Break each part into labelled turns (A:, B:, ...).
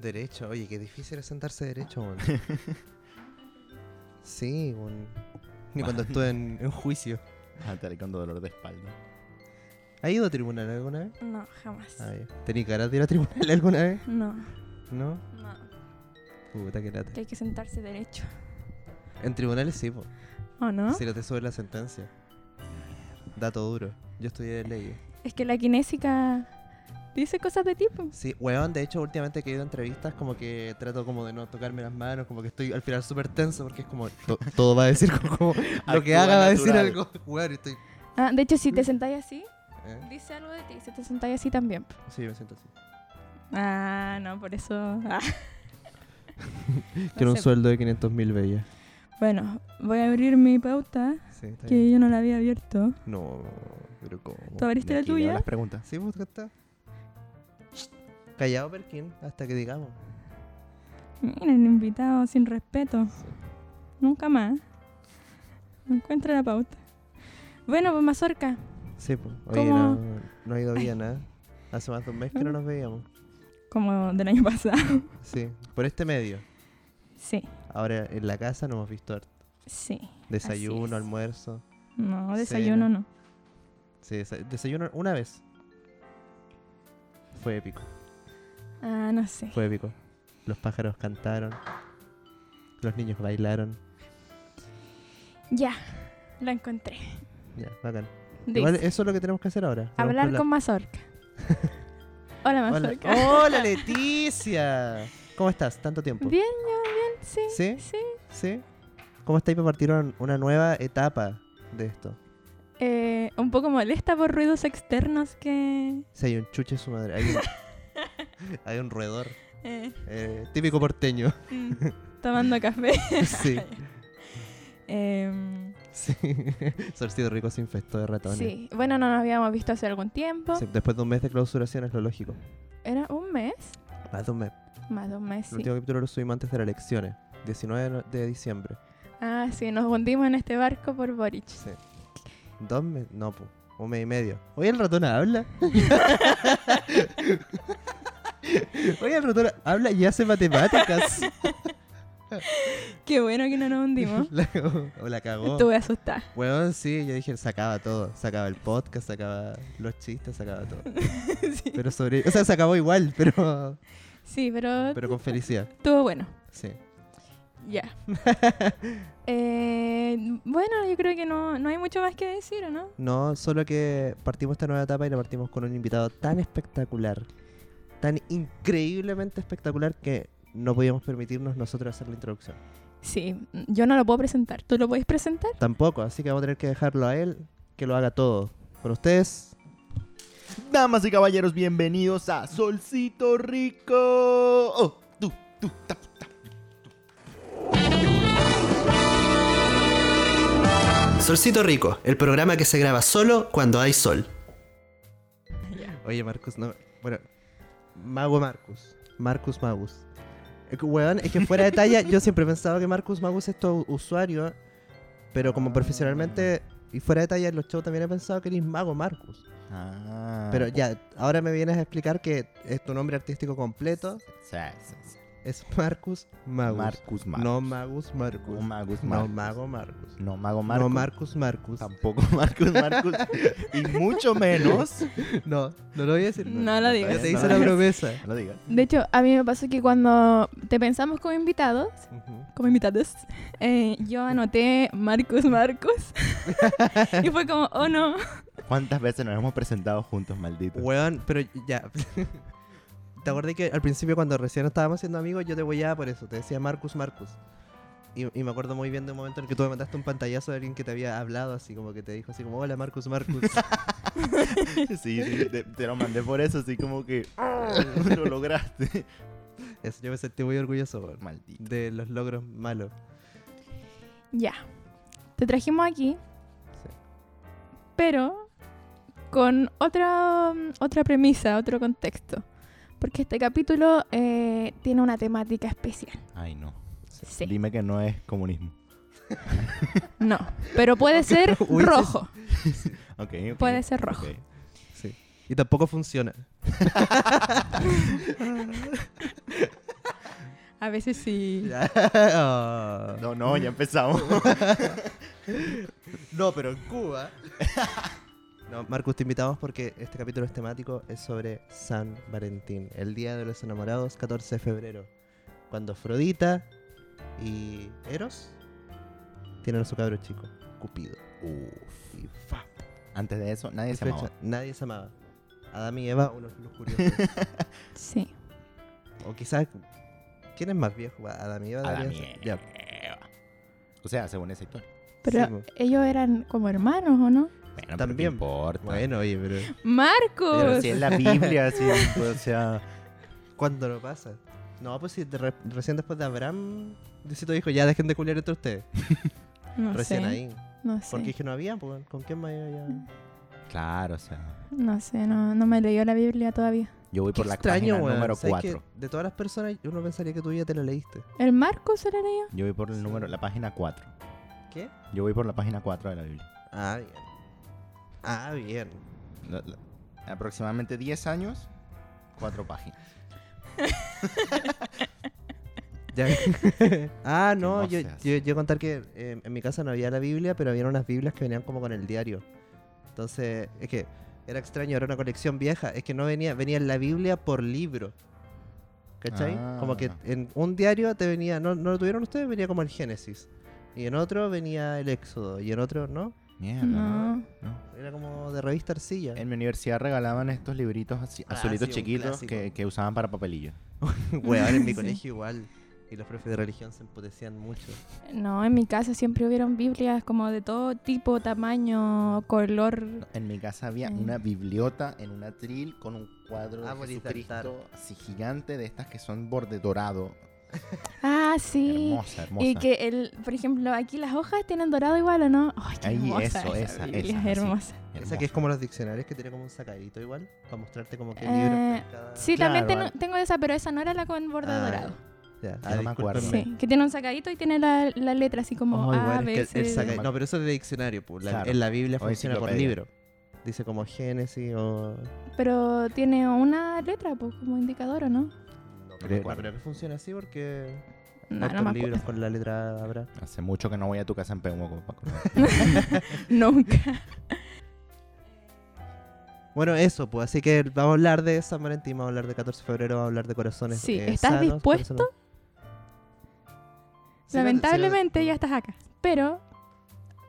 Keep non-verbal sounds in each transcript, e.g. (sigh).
A: Derecho, oye, qué difícil es sentarse derecho, (laughs) weón. sí, weón. Ni (laughs) cuando estuve en, en juicio.
B: Ah, te haré con dolor de espalda.
A: ¿Ha ido a tribunal alguna vez?
C: No, jamás.
A: Ah, ya. ¿Tení cara de ir a tribunal alguna vez?
C: No,
A: ¿No?
C: no.
A: Puta, qué lata.
C: Que hay que sentarse derecho.
A: En tribunales sí, po.
C: ¿O no?
A: Si no te sube la sentencia. Dato duro. Yo estudié leyes.
C: Es que la kinésica dice cosas de pues. tipo.
A: Sí, weón, de hecho últimamente que he ido a entrevistas como que trato como de no tocarme las manos, como que estoy al final súper tenso porque es como to- todo va a
C: (laughs)
A: decir como, como lo que
B: Actúa
A: haga va a decir
B: natural.
A: algo. (laughs) Weón, estoy...
C: Ah, de hecho, si
A: Mm.
C: te sentáis así,
A: ¿eh?
C: dice algo de ti. Si te sentáis así también.
A: Sí, me siento así.
C: Ah, no, por
A: (laughs)
C: eso. ah. No
A: Quiero un
C: sé.
A: sueldo de 500 mil bellas.
C: Bueno, voy a abrir mi pauta,
A: Sí, está bien.
C: que yo no la había abierto.
A: No, pero ¿cómo?
C: ¿Tú abriste
B: De
C: la
B: aquí leo
C: tuya?
B: las preguntas.
A: Sí, pues acá está. Callado, Perkin, hasta que digamos.
C: Miren, invitado sin respeto. Nunca más. No encuentro la pauta. Bueno, pues Mazorca.
A: Sí, pues. Oye,
C: ¿Cómo?
A: no, no ha ido bien,
C: (laughs)
A: nada. Hace más de un mes que no nos veíamos.
C: Como del año (laughs) pasado.
A: Sí, por este medio.
C: Sí,
A: Ahora en la casa nos hemos visto harto.
C: sí.
A: desayuno,
C: es.
A: almuerzo.
C: No,
A: Cena.
C: desayuno no.
A: Sí, desa- desayuno una vez. Fue épico,
C: Ah, no sé.
A: fue épico. Los pájaros cantaron. Los niños bailaron.
C: Ya, la encontré.
A: Ya, bacán.
C: Dice,
A: Igual eso es lo que tenemos que hacer ahora. Tenemos que
C: hablar
A: (laughs)
C: con Mazorca.
A: Hola.
C: Hola,
A: Oh,
C: Mazorca. (laughs)
A: Hola, Leticia. ¿Cómo estás? Tanto tiempo.
C: Bien, yo, bien, sí.
A: ¿Sí?
C: Sí.
A: ¿Sí? ¿Cómo estáis para partir un- una nueva etapa de esto?
C: Eh, un poco molesta por ruidos externos que...
A: Si hay un chuche su madre. Hay
C: (laughs)
A: un, hay un roedor.
C: eh,
A: eh, típico
C: (laughs)
A: porteño.
C: mm,
A: (laughs)
C: tomando café.
A: sí.
C: Em,
A: Sí. Sorcido Rico se infectó de ratones.
C: sí, bueno, no nos habíamos visto hace algún tiempo.
A: Sí, Después de un mes de clausuración es lo lógico.
C: Era un mes,
A: Más de un mes.
C: más de un mes.
A: El
C: Sí.
A: último capítulo lo subimos antes de las elecciones. 19 de no- de diciembre.
C: Ah, sí, nos hundimos en este barco por Boric.
A: Sí. Dos meses. No, pu. Un mes y medio. Oye, el ratón (laughs) habla. Oye, el ratón habla y hace matemáticas.
C: Qué bueno que no nos
A: (laughs)
C: hundimos.
A: La, cagó. o la cagó.
C: Estuve asustada.
A: Weón, sí, yo dije, sacaba todo. Sacaba el podcast, sacaba los chistes, sacaba todo.
C: sí.
A: Pero sobre. O sea, se acabó igual, pero,
C: Sí, pero,
A: pero con felicidad.
C: estuvo bueno.
A: Sí.
C: Ya. (laughs) Eh, bueno, yo creo que no, no hay mucho más que decir, ¿o no?
A: No, solo que partimos esta nueva etapa y la partimos con un invitado tan espectacular, tan increíblemente espectacular que no podíamos permitirnos nosotros hacer la introducción.
C: Sí, yo no lo puedo presentar. ¿Tú lo podés presentar?
A: Tampoco, así que vamos a tener que dejarlo a él, que lo haga todo. Con ustedes,
B: Damas y caballeros, bienvenidos a Solcito Rico. Oh, tú, tú, ta, ta.
D: Solcito Rico, el programa que se graba solo cuando hay sol.
A: Oye, Marcus, no. Bueno, Mago Marcus. Marcus Magus. Es que, Weón, es que fuera de talla, yo siempre he pensado que Marcus Magus es tu usuario, pero como profesionalmente y fuera de talla en los shows también he pensado que eres Mago Marcus.
B: Ah.
A: Pero ya, ahora me vienes a explicar que es tu nombre artístico completo
B: Sí, sí, sí.
A: es Marcus Magus.
B: Marcus Marcus.
A: No Magus Marcus.
B: No, Magus
A: No
B: Marcus.
A: Mago Marcus.
B: No, Mago Marcus.
A: No Marcus Marcus.
B: Tampoco (laughs) Marcus Marcus. y
A: (laughs)
B: mucho menos.
A: No, no lo voy a decir.
C: No lo digas.
A: Yo te
B: No
A: hice
B: lo
A: la
B: digas.
A: promesa.
B: No lo digas.
C: De hecho, a mí me pasó que cuando te pensamos como invitados, como invitados, eh, yo anoté Marcos Marcos. (laughs) y fue como, oh no.
B: ¿Cuántas veces nos hemos presentado juntos, maldito?
A: Weón, pero ya. (laughs) ¿Te acordás que al principio cuando recién estábamos siendo amigos yo te voyaba por eso? Te decía Marcus Marcus. Y, y me acuerdo muy bien de un momento en el que tú me mandaste un pantallazo de alguien que te había hablado así como que te dijo así como hola Marcus Marcus.
B: (laughs) Sí, sí, te, te lo mandé por eso, así como que (laughs) "Ah, lo lograste. (laughs)
A: eso yo me sentí muy orgulloso weón,
B: Maldito.
A: de los logros malos.
C: Ya. Te trajimos aquí.
A: Sí.
C: Pero con otra, mm, otra premisa, otro contexto. Porque este capítulo eh, tiene una temática especial.
B: Ay, no.
C: Sí.
B: Dime que no es comunismo.
C: No. Pero puede ser
A: (laughs) Uy, sí.
C: rojo.
B: Ok, ok,
C: Puede ser rojo.
B: ok.
A: (laughs) Sí. Y tampoco funciona.
C: A veces sí.
A: Oh.
B: No, no, ya empezamos.
A: No, pero en Cuba. (laughs) No, Marcus, te invitamos porque este capítulo es temático, es sobre San Valentín, el Día de los Enamorados, 14 de febrero, cuando Afrodita y Eros tienen a su cabro chico, Cupido.
B: Uf.
A: Y fa,
B: (laughs) Antes de eso, nadie se
A: fecha,
B: amaba.
A: nadie se amaba. Adam y Eva, unos los curiosos. (laughs)
C: Sí.
A: o quizás, ¿quién es más viejo? Adam y Eva.
B: A la
A: deberían ser- Ah, ya.
B: mierda. O sea, según esa historia.
C: Pero
A: Sí, pues. mo.
C: ellos eran como hermanos, ¿o no?
B: Bueno, pero ¿qué
A: También.
B: importa?
A: Bueno, pues. oye, pero
B: Pero
C: ¡Marcos!
B: si es la
A: (laughs)
B: Biblia, sí, pues, o sea...
A: ¿cuándo lo pasa? No, pues si de re- recién después de Abraham, Diosito dijo, ya dejen de culiar entre ustedes.
C: no
A: recién
C: sé.
A: ahí.
C: No sé.
A: Porque es que no había, pues, ¿con quién más iba ya?
B: Claro, o sea...
C: No sé, no, no me leyó la Biblia todavía.
B: Yo voy por la página
A: weón.
B: número
A: ¿Sabes que
B: 4.
A: De todas las personas, uno pensaría que tú ya te la leíste.
C: ¿El Marcos se la leyó?
B: Yo voy por el número, la página 4.
A: ¿Qué?
B: Yo voy por la página 4 de la Biblia.
A: Ah, bien. Ah, bien.
B: La- la- aproximadamente 10 años, 4 páginas.
A: Ya. (laughs) ah, no, yo,
B: mozas.
A: yo, yo contar que eh, en mi casa no había la Biblia, pero había unas Biblias que venían como con el diario. Entonces, es que era extraño, era una colección vieja. Es que no venía, venía en la Biblia por libro. ¿Cachai?
B: Ah.
A: Como que en un diario te venía, no, no lo tuvieron ustedes, venía como el Génesis. Y en otro venía el Éxodo. Y en otro, ¿no?
B: Mierda,
C: No.
B: No.
A: Era como de revista arcilla.
B: En mi universidad regalaban estos libritos así,
A: Ah,
B: azulitos
A: sí, un
B: chiquitos
A: clásico.
B: que, que usaban para papelillo.
A: (laughs) Weón, en mi
C: Sí.
A: colegio igual. Y los profes de religión se emputecían mucho.
C: No, en mi casa siempre hubieron Biblias como de todo tipo, tamaño, color.
B: En mi casa había
C: Mm.
B: una bibliota en un atril con un cuadro
A: Ah,
B: de
A: bonito
B: Jesucristo así gigante de estas que son borde dorado.
C: Ah, sí.
B: Hermosa, hermosa.
C: Y que, el, por ejemplo, aquí las hojas tienen dorado igual, ¿o no? ¡Ay, qué
B: Ahí,
C: hermosa
B: eso,
C: esa
B: esa,
C: Biblia,
B: esa,
C: es
B: así.
C: hermosa.
A: Esa que es
B: Hermosa.
A: como los diccionarios que tiene como un sacadito igual. Para mostrarte como que
C: Eh,
A: libro. está cada-
C: Sí,
B: Claro,
C: también
B: al-
C: ten- tengo esa, pero esa no era la con borde
A: Ah,
C: dorado.
A: Ya,
B: no me acuerdo.
A: discúlpenme.
C: Sí, que tiene un sacadito y tiene la, la letra así como
B: Oh,
A: Ay,
C: A,
A: weón, Oh, es que
C: B,
A: el
C: C, D.
A: saca- No, pero eso es de diccionario. pues, la-
B: Claro.
A: En la Biblia
B: O
A: funciona por
B: enciclopedia.
A: libro. Dice como Génesis o.
C: Pero tiene una letra pues, como indicador, ¿o no?
A: No,
B: me acuerdo.
A: creo que funciona así porque.
C: No, no
A: otros
C: me
A: libros
C: acuerdo.
A: con la letra habrá.
B: Hace mucho que no voy a tu casa en Pehumoco.
A: (laughs)
B: Paco.
C: (laughs) Nunca.
A: Bueno, eso, pues. Así que vamos a hablar de San Valentín, vamos a hablar de 14 de febrero, vamos a hablar de corazones.
C: Sí,
A: eh,
C: ¿estás
A: sanos,
C: dispuesto?
A: corazones- Sí, no-
C: Lamentablemente
A: sí, no-
C: ya estás acá. Pero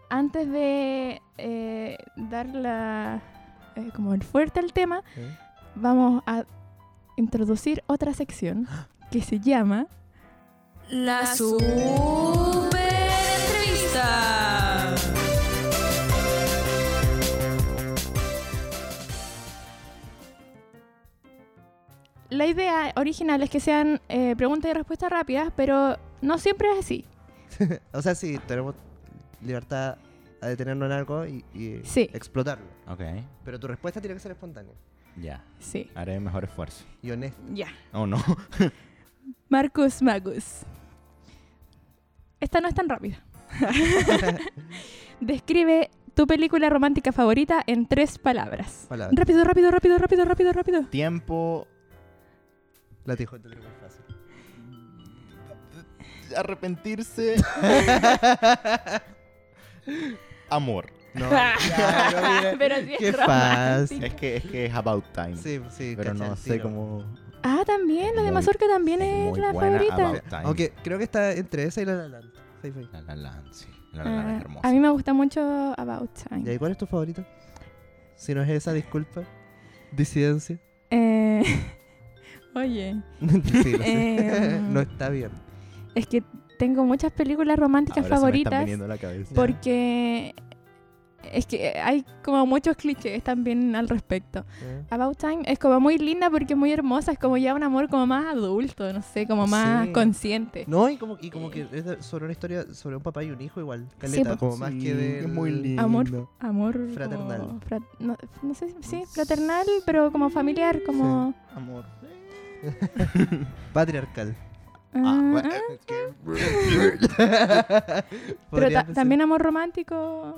C: antes de eh, dar la, eh, como el fuerte al tema,
A: ¿Eh?
C: vamos a introducir otra sección
A: (gasps)
C: que se llama
E: La super entrevista.
C: La idea original es que sean eh, preguntas y respuestas rápidas, pero no siempre es así.
A: O sea, sí, tenemos libertad a detenernos en algo y, y
C: Sí.
A: explotarlo.
B: ok,
A: Pero tu respuesta tiene que ser espontánea
B: ya.
C: Sí.
B: Haré el mejor esfuerzo.
A: y honesta.
C: Ya.
B: Oh, no. (laughs)
C: Marcus Magus. Esta no es tan rápida. Describe tu película romántica favorita en tres palabras.
A: Palabra.
C: Rápido, rápido, rápido, rápido, rápido, rápido.
B: Tiempo,
A: La dijo te lo digo muy fácil. (laughs)
B: arrepentirse. Amor.
C: (laughs)
A: No,
C: Pero sí es
A: qué
C: romántico.
A: fácil.
B: Es que es, que es about time.
A: Sí, sí,
B: pero
A: caché
B: no
A: el
B: sé
A: tiro.
B: cómo.
C: Ah, también, la de
B: Muy-
C: Mazorca también es
B: muy
C: la
B: buena
C: favorita.
B: about time.
A: Aunque creo que está entre esa y la La Land. Ahí fue.
B: La La Land, sí. La La Land
C: Ah,
B: es hermosa.
C: a mí me gusta mucho About
A: ¿Y ahí
C: Time.
A: cuál es tu favorito? Si no es esa, disculpa. Disidencia. (laughs)
C: Eh, (laughs) oye,
A: sí, lo sé. (laughs)
C: Em.
A: no está bien.
C: es que tengo muchas películas románticas
B: Ahora se me están
C: favoritas.
B: viniendo a la cabeza.
C: porque es que hay como muchos clichés también al respecto.
A: ¿eh?
C: About Time es como muy linda porque es muy hermosa, es como ya un amor como más adulto, no sé, como más
A: Sí.
C: consciente.
A: No, y como, y como que es de- sobre una historia sobre un papá y un hijo igual. Caleta,
C: pues.
A: como más
B: Sí,
A: que de.
B: es muy lindo.
C: Amor, amor como
A: Fraternal.
C: fra- no, no sé, sí, fraternal, pero como familiar, como
B: (laughs) Amor.
A: Patriarcal.
B: Ah,
C: ah,
B: bueno,
C: ah,
B: es que-
C: pero
A: Podría
C: ta-
A: pensar.
C: también amor romántico.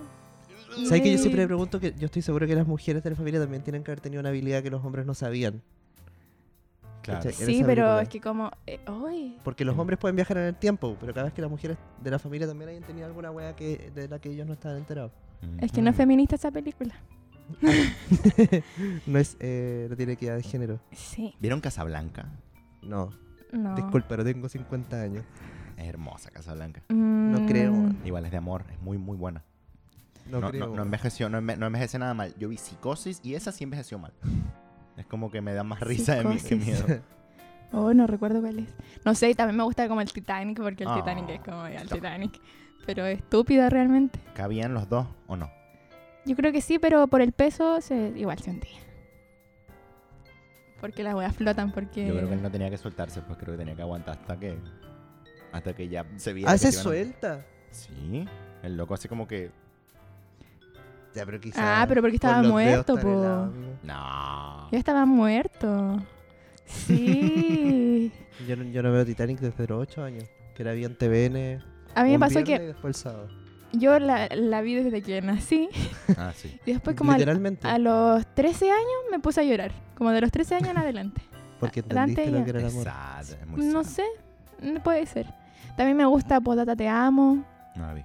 A: ¿Sabes que yo
C: Sí.
A: siempre me pregunto que yo estoy seguro que las mujeres de la familia también tienen que haber tenido una habilidad que los hombres no sabían?
F: Claro.
A: ¿cachai? En
C: Sí,
A: esa
C: pero
A: película.
C: es que como... eh, ¡Ay!
A: Porque los hombres pueden viajar en el tiempo, pero cada vez que las mujeres de la familia también hayan tenido alguna wea que, de la que ellos no estaban enterados. (laughs)
B: Mm.
C: Es
A: Mm.
C: que no es feminista esa película.
A: no es, eh, no tiene equidad de género.
C: Sí,
B: ¿Vieron Casablanca?
A: No,
C: no.
A: disculpa, pero tengo 50 años.
B: Es hermosa Casablanca.
A: no creo.
C: Mm,
B: Igual es de amor, es muy, muy buena.
A: No,
B: No, no,
A: creo.
B: no envejeció, no, enve- no envejece nada mal. Yo vi psicosis y esa sí envejeció mal. Es como que me da más risa de mí que
C: Psicosis.
B: miedo.
C: Oh, no recuerdo cuál es. No sé, y también me gusta como el Titanic, porque el
B: Ah.
C: Titanic es como ya, el
B: No.
C: Titanic. Pero estúpida realmente.
B: ¿Cabían los dos o no?
C: Yo creo que sí, pero por el peso se, igual se hundía. Porque las weas flotan, porque...
B: Yo creo que él no tenía que soltarse, pues creo que tenía que aguantar hasta que. Hasta que ya se viera.
A: Ah,
B: que
A: se
B: se iban a-
A: suelta.
B: Sí. El loco así como que.
A: Ya, pero
C: Ah, pero porque estaba muerto, po.
A: pues.
B: No.
C: Ya estaba muerto.
B: (laughs)
C: Sí.
A: Yo, no- yo no veo Titanic desde los 8 años, que la vi en TVN.
C: A mí me
A: un
C: pasó
A: viernes
C: que
A: y después el sábado.
C: yo la, la vi desde que nací.
B: Ah, sí.
C: Y después como al-
A: Literalmente.
C: a los 13 años me puse a llorar. Como de los
B: (laughs)
C: 13 años en adelante.
A: porque
C: adelante
A: entendiste lo
C: ella.
A: que era el
B: Es
A: amor.
B: sad, es muy
C: No
B: sad.
C: sé. no Puede ser. También me gusta Podata Te Amo.
B: No la vi.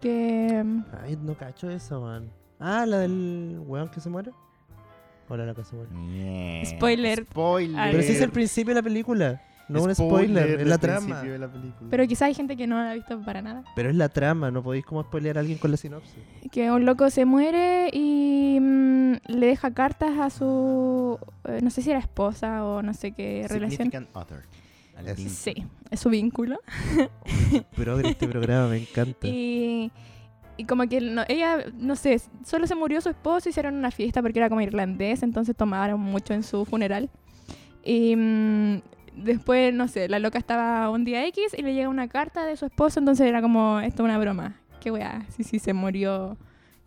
C: Que... mm,
A: Ay, no cacho eso, man. Ah, la del weón que se muere. Hola, la que se muere.
B: Yeah.
C: Spoiler.
B: Spoiler.
A: Pero sí es el principio de la película. No un spoiler, es la trama.
C: Pero quizás hay gente que no la ha visto para nada.
A: Pero es la trama, no podéis como spoilear a alguien con la sinopsis.
C: Que un loco se muere y mm, le deja cartas a su... eh, no sé si era esposa o no sé qué relación.
B: Significant other. Al
A: Es-
B: fin.
C: Sí, es su vínculo.
A: Pero de este programa me encanta.
C: (laughs) Y, y como que no- ella, no sé, solo se murió su esposo, hicieron una fiesta porque era como irlandés, entonces tomaron mucho en su funeral. Y mm, después, no sé, la loca estaba un día X y le llega una carta de su esposo, entonces era como, esto es una broma. Qué weá, sí, sí, se murió.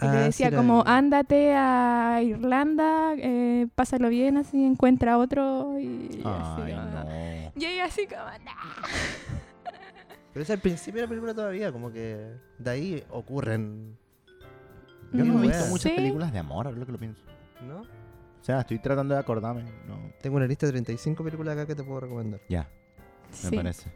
C: Y le
A: Ah,
C: decía
A: sí, la
C: como,
A: vi.
C: ándate a Irlanda, eh, pásalo bien, así encuentra otro. Y, así,
B: Ay,
C: como-
B: no.
C: y ella así como, "Nah".
A: Pero es al principio de la película todavía, como que de ahí ocurren, Yo
B: Yo no he visto
A: Bueno.
B: muchas
C: Sí.
B: películas de amor, ahora lo que lo pienso.
A: ¿no?
B: O sea, estoy tratando de acordarme. No.
A: Tengo una lista de 35 películas acá que te puedo recomendar.
B: Ya, me
C: Sí.
B: parece.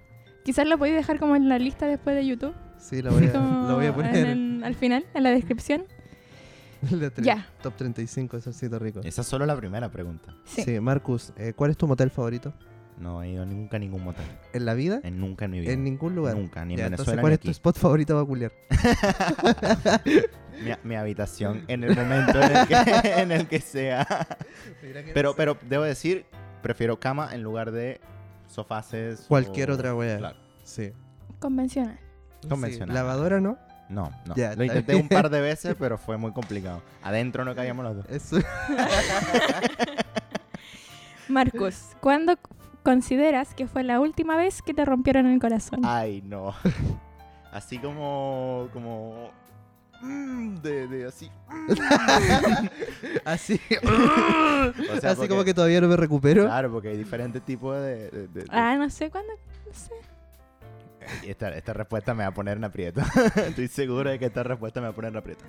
C: Quizás la podéis dejar como en la lista después de YouTube.
A: Sí, la voy
C: (laughs)
A: a,
C: como
A: la voy a
C: en
A: poner
C: el- al final, en la descripción.
A: (laughs) La tre-
C: Ya.
A: Top 35 de Solcito Rico.
B: Esa es solo la primera pregunta.
C: Sí.
A: Sí, Marcus, eh, ¿cuál es tu motel favorito?
B: No he ido nunca a ningún motel.
A: ¿En la vida?
B: En nunca en mi vida.
A: En ningún lugar.
B: Nunca, ni en
A: Ya, entonces,
B: Venezuela
A: ¿cuál
B: ni
A: es tu
B: aquí.
A: spot favorito para culiar?
B: Mi, mi habitación en el momento en el que, (laughs) en el que sea. Pero, pero debo decir, prefiero cama en lugar de sofaces. o-
A: Cualquier otra wea.
B: Claro.
A: Sí.
C: Convencional.
B: Convencional.
A: Sí, ¿Lavadora no?
B: No, no.
A: Ya,
B: lo
A: está
B: intenté
A: bien.
B: un par de veces,
A: (laughs)
B: pero fue muy complicado. Adentro no cabíamos los dos.
A: Eso.
C: Marcus, ¿cuándo c- consideras que fue la última vez que te rompieron el corazón?
A: Ah.
B: Ay,
A: (laughs)
B: no. Así como. como. mm, De, de así.
A: (laughs) Así,
B: (laughs) O sea,
A: así como
B: porque-
A: que todavía no me recupero.
B: Claro, porque hay diferentes tipos de. de- de- de-
C: Ah, no sé cuándo. No sé.
B: y esta, esta respuesta me va a poner en
A: (laughs)
B: aprieto. Estoy seguro de que esta respuesta me va a poner en aprieto.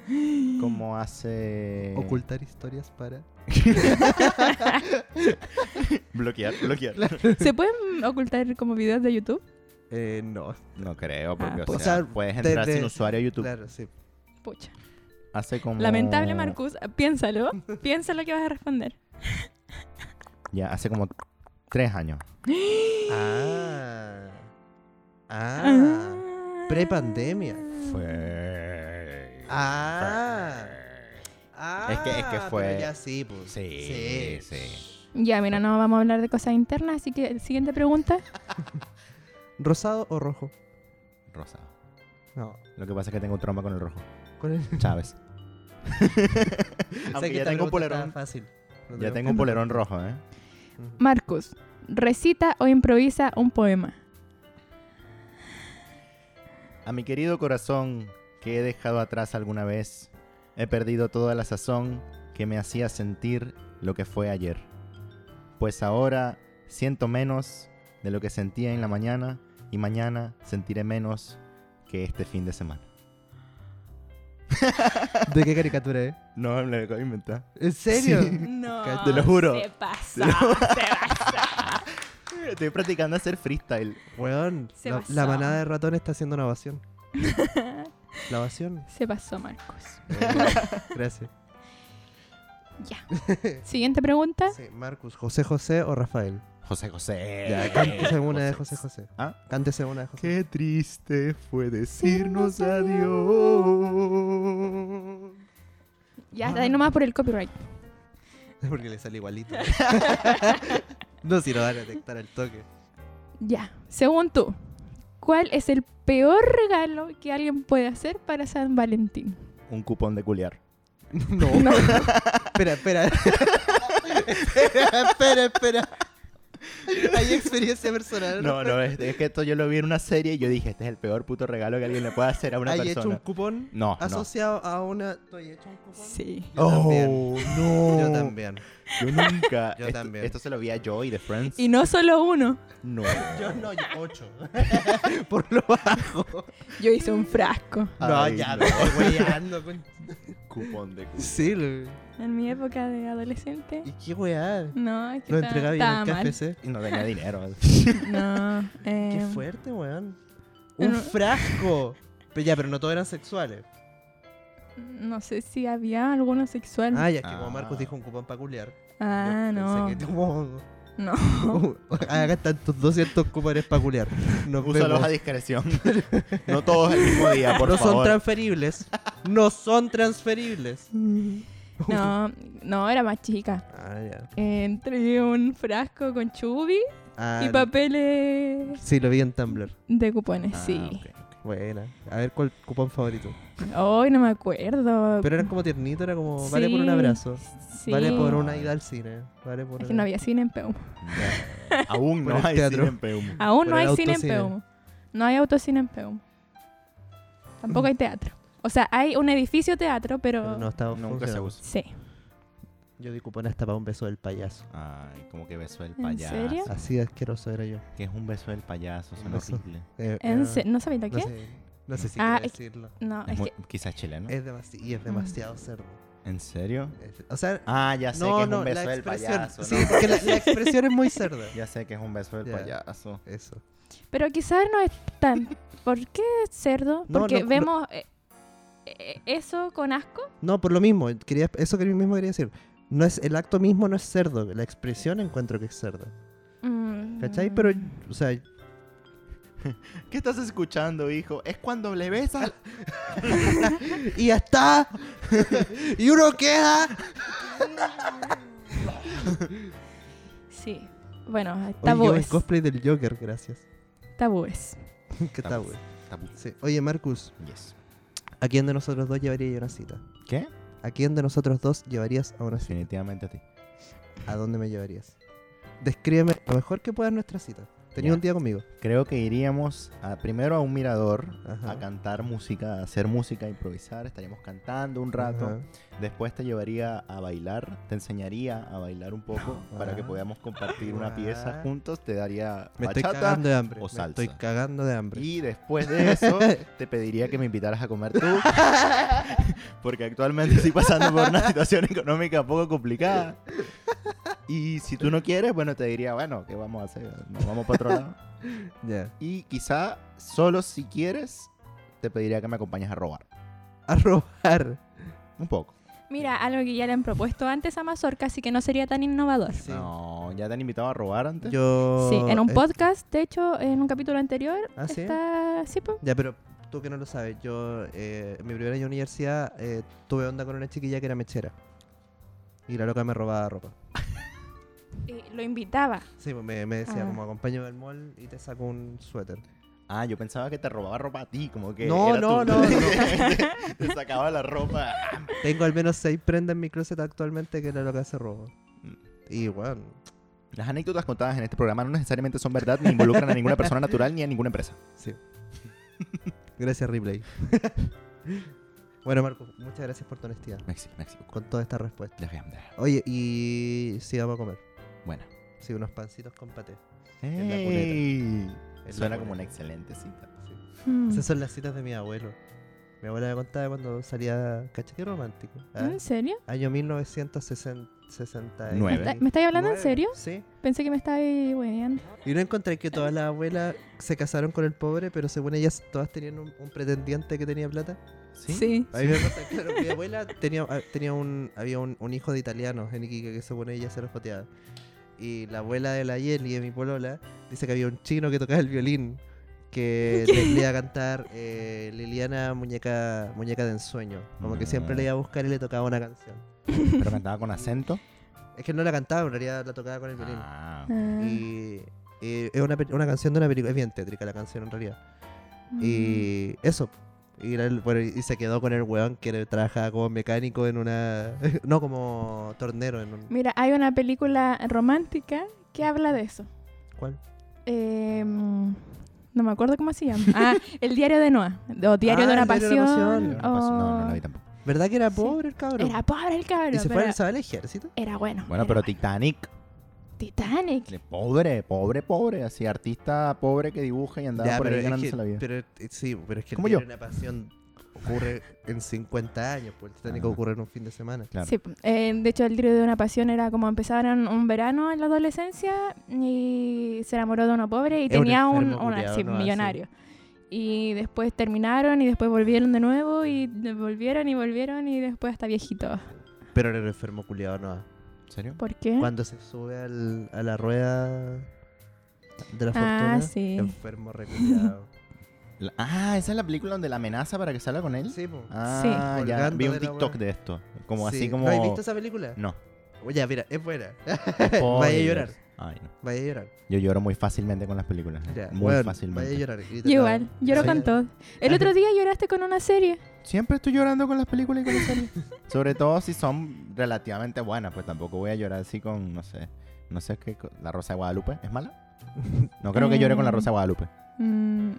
B: Como hace.
A: Ocultar historias para...
B: Bloquear, bloquear.
C: ¿Se pueden ocultar como videos de YouTube?
A: Eh, no.
B: No creo, porque
C: Ah,
B: o,
A: pues.
B: sea,
A: O sea,
B: puedes
A: de-
B: entrar
A: de-
B: sin usuario a YouTube.
A: Claro, sí.
C: Pucha.
B: Hace como.
C: Lamentable, Marcus. Piénsalo. Piensa lo que vas a responder.
B: Ya, hace como tres años.
A: Ah. Ah. Prepandemia.
B: Fue.
A: Ah. Ah.
B: Es que- es que
A: pero
B: fue-
A: ya sí, pues.
B: Sí, sí.
C: Ya, mira, no vamos a hablar de cosas internas, así que siguiente pregunta.
A: ¿Rosado o rojo?
B: Rosado.
A: No.
B: Lo que pasa es que tengo un trauma con el rojo.
A: ¿Cuál es? (laughs)
B: Chávez.
A: Sé
B: Aunque
A: que
B: ya
A: esta
B: tengo
A: pregunta estaba
B: un polerón.
A: Fácil. No
B: Ya
A: tengo-
B: tengo un polerón rojo, ¿eh?
A: Ujú.
C: Marcus, recita o improvisa un poema.
B: A mi querido corazón que he dejado atrás alguna vez, he perdido toda la sazón que me hacía sentir lo que fue ayer. Pues ahora siento menos de lo que sentía en la mañana y mañana sentiré menos que este fin de semana.
A: (laughs) ¿De qué caricatura eh? es?
B: No, me lo acabo de inventar. (laughs)
A: ¿En serio?
B: Sí.
C: No.
B: Te lo juro.
C: Se pasa. Se pasa.
B: Estoy practicando hacer freestyle.
A: Weón,
C: Se
A: la,
C: pasó.
A: la manada de ratones está haciendo una (laughs) ovación. La ovación.
C: (laughs) Se pasó, Marcos.
A: Gracias.
C: Ya. Siguiente pregunta.
A: (laughs) Sí, Marcus, José José o Rafael.
B: José José.
A: Ya,
B: (laughs)
A: cántese una de José José.
B: ¿Ah?
A: Cántese una de José.
B: Qué triste fue decirnos
A: adiós.
C: Ya, está ahí nomás por el copyright.
A: Porque le sale (laughs) igualito. no, si lo van a detectar al toque.
C: Ya. Según tú, ¿cuál es el peor regalo que alguien puede hacer para San Valentín?
B: Un cupón de culiar.
A: (laughs) No.
B: Oh.
A: (laughs) espera, (laughs) espera. espera, espera, espera. Hay experiencia personal.
B: No, no, es, es que esto yo lo vi en una serie y yo dije, este es el peor puto regalo que alguien le puede hacer a una
A: ¿Hay hecho
B: persona.
A: un cupón
B: No, no.
A: asociado a una. ¿Tú has hecho un cupón?
C: Sí.
A: Yo también.
B: Oh, no.
A: Yo también.
B: Yo nunca.
A: Yo
B: esto,
A: también.
B: esto se lo vi a Joey de Friends.
C: Y no solo uno.
B: No.
A: Yo no, yo ocho. (laughs) Por lo bajo.
C: Yo hice un frasco.
A: No,
B: Ay,
A: ya,
B: no.
A: me estoy pues. weyando, coño.
B: Cupón de culiar.
A: Sí, lo-
C: En mi época de adolescente.
A: ¿Y qué weá?
C: No, es que
A: Lo
C: estaba-
A: entregaba bien
C: estaba
A: al
C: mal.
A: KFC.
B: Y no tenía
A: (laughs)
B: dinero.
C: (laughs) No.
A: Qué
C: eh,
A: fuerte, weón.
C: en
A: Un
C: un-
A: frasco. Pero ya, pero no todos eran sexuales.
C: no sé si había alguno sexual.
A: Ah, ya, es que como
B: Ah.
A: Marcos dijo un cupón para culiar.
C: ah,
A: yo
C: no.
A: Pensé que (laughs) como-
C: No.
A: (laughs) Acá están tus 200 cupones para culiar. Nos
B: Úsalos
A: vemos. (laughs)
B: a discreción. No todos el mismo día, por
A: no son
B: favor.
A: transferibles. No son transferibles.
C: (laughs) No, no, era más chica.
A: (laughs) Ah, ya.
C: Entre un frasco con chubi
A: Ah,
C: y papeles
A: Sí, lo vi en Tumblr.
C: de cupones,
B: Ah,
C: sí.
B: ok.
A: Buena. A ver cuál cupón favorito.
C: Hoy no me acuerdo.
A: Pero eran como tiernito, era como vale por un
C: Sí,
A: abrazo.
C: sí.
A: Vale por una ida al cine. Vale por
C: Es que no había cine en Peumo.
B: Ya. Aún
A: Por
B: no
A: el
B: hay
A: teatro. Ah,
B: cine en Peumo.
C: Aún
A: Por
C: no
A: el
C: hay cine en
A: autocine.
C: Peumo. No hay autocine en Peumo. Tampoco hay teatro. O sea, hay un edificio teatro, pero...
A: Pero no estaba
B: Nunca se
A: funcionando.
B: usa.
C: Sí.
A: Yo di cupón hasta para un beso del payaso.
B: Ay, como que beso del
C: ¿En
B: payaso.
C: serio?
A: Así de asqueroso era yo.
B: Que es un beso del payaso,
A: Un
B: suena
A: beso.
B: horrible.
A: Eh,
C: En
A: eh,
C: se- ¿No sabéis de
A: no
C: qué?
A: sé, no sé si
C: Ah,
A: quiero
C: es- Mm.
A: decirlo.
C: No,
B: Es
C: es
B: muy-
C: que...
B: Quizás chileno.
A: Es, demasi- y es demasiado cerdo.
B: ¿En serio?
A: Es- O sea,
B: Ah, ya sé que
A: no,
B: es
A: no,
B: un
A: la
B: beso del
A: expresión.
B: payaso.
A: sí,
B: ¿no?
A: porque la,
B: (laughs)
A: la expresión es muy cerda.
B: Ya sé que es un beso del
A: Ya.
B: payaso.
A: Eso.
C: Pero quizás no es tan...
A: (laughs)
C: ¿Por qué cerdo?
A: No,
C: Porque
A: no, no.
C: vemos eh, eh, eso con asco.
A: No, por lo mismo, quería, eso que yo mismo quería decir. No es, el acto mismo no es cerdo, la expresión encuentro que es cerdo.
C: Mm.
A: ¿Cachai? Pero, o sea,
B: ¿Qué estás escuchando, hijo? Es cuando le besas.
A: y ya está. (laughs) y uno queda.
C: (laughs) Sí. Bueno,
A: Oye, qué buen
C: tabúes.
A: cosplay del Joker, gracias. (laughs)
C: Tabúes.
A: qué tal,
B: pues.
A: güey.
B: Tabú.
A: Sí. Oye, Marcus,
B: Yes.
A: ¿a quién de nosotros dos llevaría yo a una cita?
B: ¿Qué?
A: ¿A quién de nosotros dos llevarías a una cita?
B: Definitivamente a ti.
A: ¿A dónde me llevarías? Descríbeme lo mejor que puedas nuestra cita. Tenía
B: Ya.
A: un día conmigo.
B: Creo que iríamos a- primero a un mirador
A: Ajá.
B: a cantar música, a hacer música, a improvisar. Estaríamos cantando un rato.
A: Ajá.
B: Después te llevaría a bailar, te enseñaría a bailar un poco para que
A: Ah.
B: podamos compartir una pieza
A: Ah.
B: juntos. Te daría
A: Me estoy
B: bachata.
A: cagando de hambre.
B: o
A: me
B: salsa.
A: estoy cagando de hambre.
B: Y después
A: (laughs)
B: de eso, te pediría que me invitaras a comer tú. (laughs) Porque actualmente estoy pasando por una situación económica poco complicada. Y si tú no quieres, bueno, te diría, bueno, ¿qué vamos a hacer? Nos vamos para otro lado.
A: Ya. (laughs)
B: Y quizá, solo si quieres, te pediría que me acompañes a robar.
A: A robar.
B: Un poco.
C: Mira, algo que ya le han propuesto antes a Mazorca, así que no sería tan innovador.
A: Sí.
B: No, ¿ya te han invitado a robar antes?
A: Yo.
C: Sí, en un
A: eh,
C: podcast, de hecho, en un capítulo anterior,
A: ¿Ah, sí?
C: está... Sí, po.
A: Ya, pero tú que no lo sabes, yo eh, en mi primer año de universidad eh, tuve onda con una chiquilla que era mechera. Y la loca me robaba ropa.
C: Eh, lo invitaba.
A: Sí, pues me, me decía,
C: Ah.
A: como acompaño al mall y te saco un suéter.
B: Ah, yo pensaba que te robaba ropa a ti, como que...
A: No,
B: era
A: no,
B: tú.
A: no, no.
B: (laughs) te sacaba la ropa.
A: Tengo al menos seis prendas en mi closet actualmente que la loca se robó.
B: Mm.
A: Y bueno,
B: Las anécdotas contadas en este programa no necesariamente son verdad ni involucran a ninguna persona natural ni a ninguna empresa.
A: sí. gracias, Ripley. (laughs) bueno, Marco, muchas gracias por tu honestidad.
B: México, México.
A: Con toda esta respuesta.
B: Les voy a mandar.
A: Oye, y sí, vamos a comer.
B: Buena.
A: Sí, unos pancitos con paté. En la
B: Ey.
A: En la
B: Suena como
A: cuneta.
B: una excelente cita.
C: Mm.
A: Esas son las citas de mi abuelo. Mi abuela me contaba cuando salía Cachete Romántico. Ah,
C: ¿En serio?
A: Año 1969.
B: Nueve.
C: ¿Me está- me estáis hablando en
A: Nueve,
C: serio?
A: Sí.
C: Pensé que me estaba ahí hueveando.
A: Y no encontré que todas las abuelas se casaron con el pobre, pero según ellas todas tenían un, un pretendiente que tenía plata.
B: ¿Sí?
A: A mí me pasa, (laughs) claro, mi abuela tenía, ah, tenía un, había un, un hijo de italianos en Iquique que según ella se los joteaba. Y la abuela de la Yeli, de mi polola, dice que había un chino que tocaba el violín, que le, le iba a cantar eh, Liliana muñeca, muñeca de ensueño. Como que siempre le iba a buscar y le tocaba una canción.
B: Pero (laughs) cantaba con acento.
A: Es que no la cantaba, en realidad la tocaba con el violín.
B: Ah.
C: Ah,
A: Y eh, es una, pe- una canción de una película, es bien tétrica la canción en realidad.
C: Mm.
A: Y eso. Y, era el- bueno, y se quedó con el weón que trabajaba como mecánico en una. (laughs) No, como tornero en un.
C: mm. Mira, hay una película romántica que habla de eso.
A: ¿Cuál?
C: Eh, mm, no me acuerdo cómo
A: (laughs)
C: se llama. Ah, El diario de Noah. O Diario
A: Ah, El diario
C: de una
A: de una
C: pasión.
A: pasión.
B: No, no,
C: o-
B: no, no la vi tampoco.
A: ¿Verdad que era
C: Sí.
A: pobre el cabrón?
C: Era pobre el cabrón.
A: y se fue,
C: pero
A: al- se va al ejército.
C: Era bueno.
B: Bueno,
C: era
A: Oh.
B: pero Titanic.
C: Titanic.
B: de Pobre, pobre, pobre. Así, artista pobre que dibuja y andaba por ahí
A: es
B: ganándose
A: que-
B: la vida.
A: pero, eh, sí, pero es que el
B: Como
A: diario
B: yo.
A: de una pasión ocurre en 50 años, pues el Titanic
B: Ah.
A: ocurre en un fin de semana.
B: Claro.
C: Sí, eh, de hecho el diario de una pasión era como empezaron un verano en la adolescencia y se enamoró de uno pobre y
A: Es un
C: tenía un,
A: enfermo
C: una-
A: culiao,
C: sí,
A: ¿no? Así.
C: millonario. Y después terminaron y después volvieron de nuevo y de- volvieron y volvieron y después hasta viejitos.
A: Pero era el enfermo culiado, no.
B: ¿En serio?
C: ¿Por qué?
A: Cuando se sube al, a la rueda de la
C: Ah,
A: fortuna,
C: sí.
A: enfermo reculiado.
B: La- Ah, esa es la película donde la amenaza para que salga con él.
A: sí, po.
B: Ah,
A: Sí.
B: ya.
A: Colgando
B: Vi
A: de
B: un
A: la
B: TikTok
A: wea.
B: de esto. Como
A: Sí.
B: así como.
A: ¿No has visto esa película?
B: (laughs) No.
A: Oye, mira, es buena. (laughs) vaya a
B: Spoilers.
A: llorar,
B: Ay, no.
A: vaya a llorar.
B: Yo lloro muy fácilmente con las películas.
A: Ya,
B: Muy
A: weón,
B: fácilmente.
A: Vaya a llorar. grita
C: Yo Igual,
A: todo.
C: lloro
A: Sí.
C: con todo. El otro día lloraste con una serie.
B: Siempre estoy llorando con las películas y con las series. (laughs) Sobre todo si son relativamente buenas, pues tampoco voy a llorar así con, no sé, no sé qué, co- La Rosa de Guadalupe. ¿Es mala? (laughs) No creo que llore con La Rosa de Guadalupe.
C: Mm,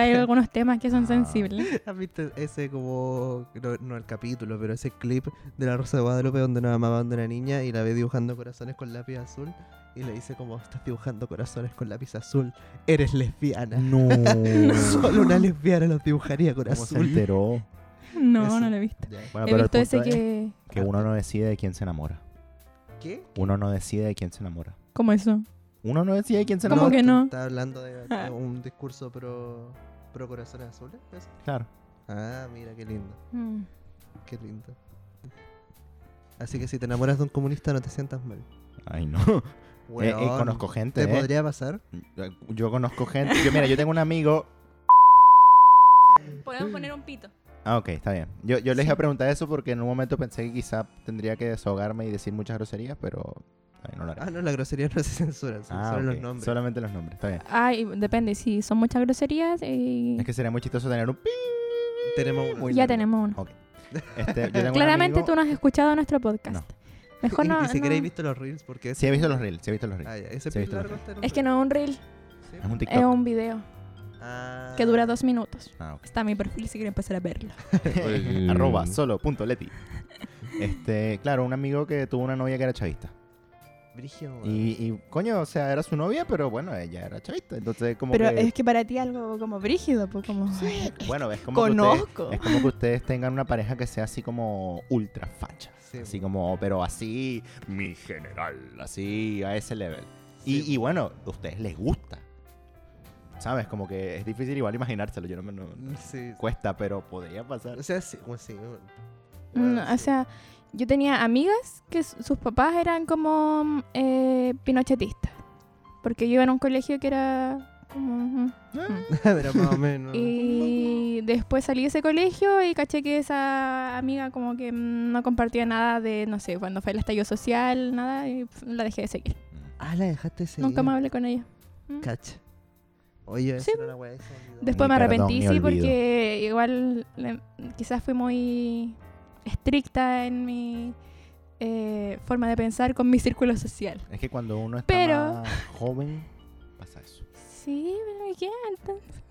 A: (laughs)
C: hay algunos temas que son
B: Ah.
C: sensibles.
A: (laughs) ¿Has visto ese como, no, no el capítulo, pero ese clip de la Rosa de Guadalupe donde una mamá manda una niña y la ve dibujando corazones con lápiz azul? Y le dice como, estás dibujando corazones con lápiz azul, eres
B: (laughs)
A: lesbiana.
B: No.
A: Solo una lesbiana los dibujaría con
B: ¿Cómo se
A: azul.
B: enteró?
C: No,
A: Eso.
C: no lo he visto.
A: Ya.
B: Bueno,
C: he
B: pero el
C: visto ese
B: punto es
C: que...
B: que uno no decide de quién se enamora.
A: ¿Qué?
B: Uno no decide de quién se enamora.
C: ¿Cómo eso?
B: Uno no decide de quién se
C: ¿Cómo
B: enamora.
C: que
A: tú
C: no?
A: Estás hablando de, de
C: (laughs) Ah.
A: un discurso pro, pro corazones azules. ¿eso?
B: Claro.
A: Ah, mira, qué lindo.
C: Mm.
A: Qué lindo. Así que si te enamoras de un comunista no te sientas mal.
B: Ay, no. Eh, eh,
A: Weón,
B: conozco gente.
A: ¿Te
B: eh.
A: podría pasar?
B: Yo conozco gente. Yo, mira, yo tengo un amigo
C: Podemos poner un pito.
B: Ah, ok, está bien. Yo, yo les iba a preguntar eso porque en un momento pensé que quizá tendría que desahogarme y decir muchas groserías, pero ay, no lo haré.
A: Ah, no, la grosería no se censura, se
B: Ah,
A: censuran
B: ok,
A: los nombres.
B: Solamente los nombres, está bien.
C: Ay, depende, si son muchas groserías y...
B: Es que sería muy chistoso tener un pi.
A: Tenemos uno.
B: muy
C: ya
B: largo.
C: tenemos uno.
B: Ok. Este,
A: (laughs)
B: yo tengo un
C: Claramente
B: amigo-
C: tú no has escuchado nuestro podcast.
B: No.
C: Mejor
A: y,
C: no.
A: y si
C: no.
A: queréis visto los reels porque es...
B: Sí, he visto los reels, sí, he visto los reels.
A: Ah, ya, ese
B: Sí, he
A: es
B: visto los
A: largo este
C: Es que no es un reel,
A: Sí.
B: Es un TikTok.
C: es un video
A: Ah.
C: que dura dos minutos.
B: Ah, ok.
C: Está en mi perfil si quieren empezar a verlo.
B: Arroba solo punto leti. Este, claro, un amigo que tuvo una novia que era chavista.
A: Brigio, weón.
B: Y, y, coño, o sea, era su novia, pero bueno, ella era chavista. Entonces, como
C: Pero
B: que.
C: es que para ti algo como brígido, pues como...
B: Sí, bueno, es como que
C: Conozco.
B: ustedes, es como que ustedes tengan una pareja que sea así como ultra facha.
A: Sí,
B: así
A: bueno.
B: como, pero así, mi general, así, a ese level.
A: Sí,
B: y, y bueno, a ustedes les gusta. ¿Sabes? Como que es difícil igual imaginárselo. Yo no me no- no-
A: Sí.
B: cuesta, pero podría pasar.
A: O sea, sí, bueno, sí, bueno.
C: Mm,
A: Bueno,
C: o
A: sí.
C: sea, yo tenía amigas que su- sus papás eran como eh, pinochetistas. Porque yo iba en un colegio que era como... mm,
A: (laughs) Pero más o
B: Ah.
A: menos.
C: Y después salí de ese colegio y caché que esa amiga como que mm, no compartía nada de, no sé, cuando fue el estallido social, nada, y pf, la dejé de seguir.
A: Ah, la dejaste seguir.
C: Nunca más hablé con ella. Mm.
A: Cacha. Oye,
C: Sí,
A: esa era una weá que se me olvidó.
B: Mi
C: Después me
B: perdón,
C: arrepentí,
B: mi
C: sí,
B: olvido.
C: porque igual le- quizás fui muy estricta en mi eh, forma de pensar con mi círculo social.
B: Es que cuando uno está
C: Pero-
B: más joven, pasa eso.
C: Sí, pero ¿qué? Entonces,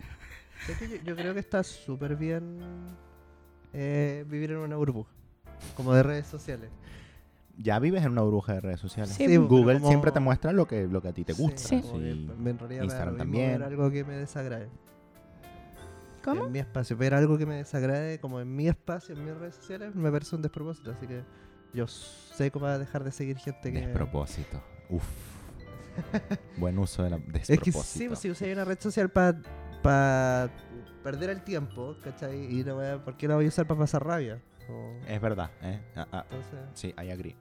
A: Sé que yo, yo creo que está súper bien eh, vivir en una burbuja, como de redes sociales.
B: Ya vives en una burbuja de redes sociales.
C: Sí,
A: pero
B: Google
A: como-
B: siempre te muestra lo que, lo que a ti te gusta.
C: Sí.
A: como que
B: Sí.
A: En realidad me da
B: Instagram
A: lo mismo ver
B: también.
A: algo que me desagrade.
C: ¿Cómo?
A: En mi espacio. Ver algo que me desagrade, como en mi espacio, en mis redes sociales, me parece un despropósito. Así que yo sé cómo va a dejar de seguir gente Este que.
B: Despropósito.
A: (laughs)
B: Uf. Buen uso de la
A: Es que
B: despropósito.
A: sí, pues, si usáis una red social para perder el tiempo, ¿cachai? Y no voy a- ¿por qué la voy a usar para pasar rabia? O-
B: Es verdad, ¿eh? Ah, ah,
A: entonces,
B: sí, I agree.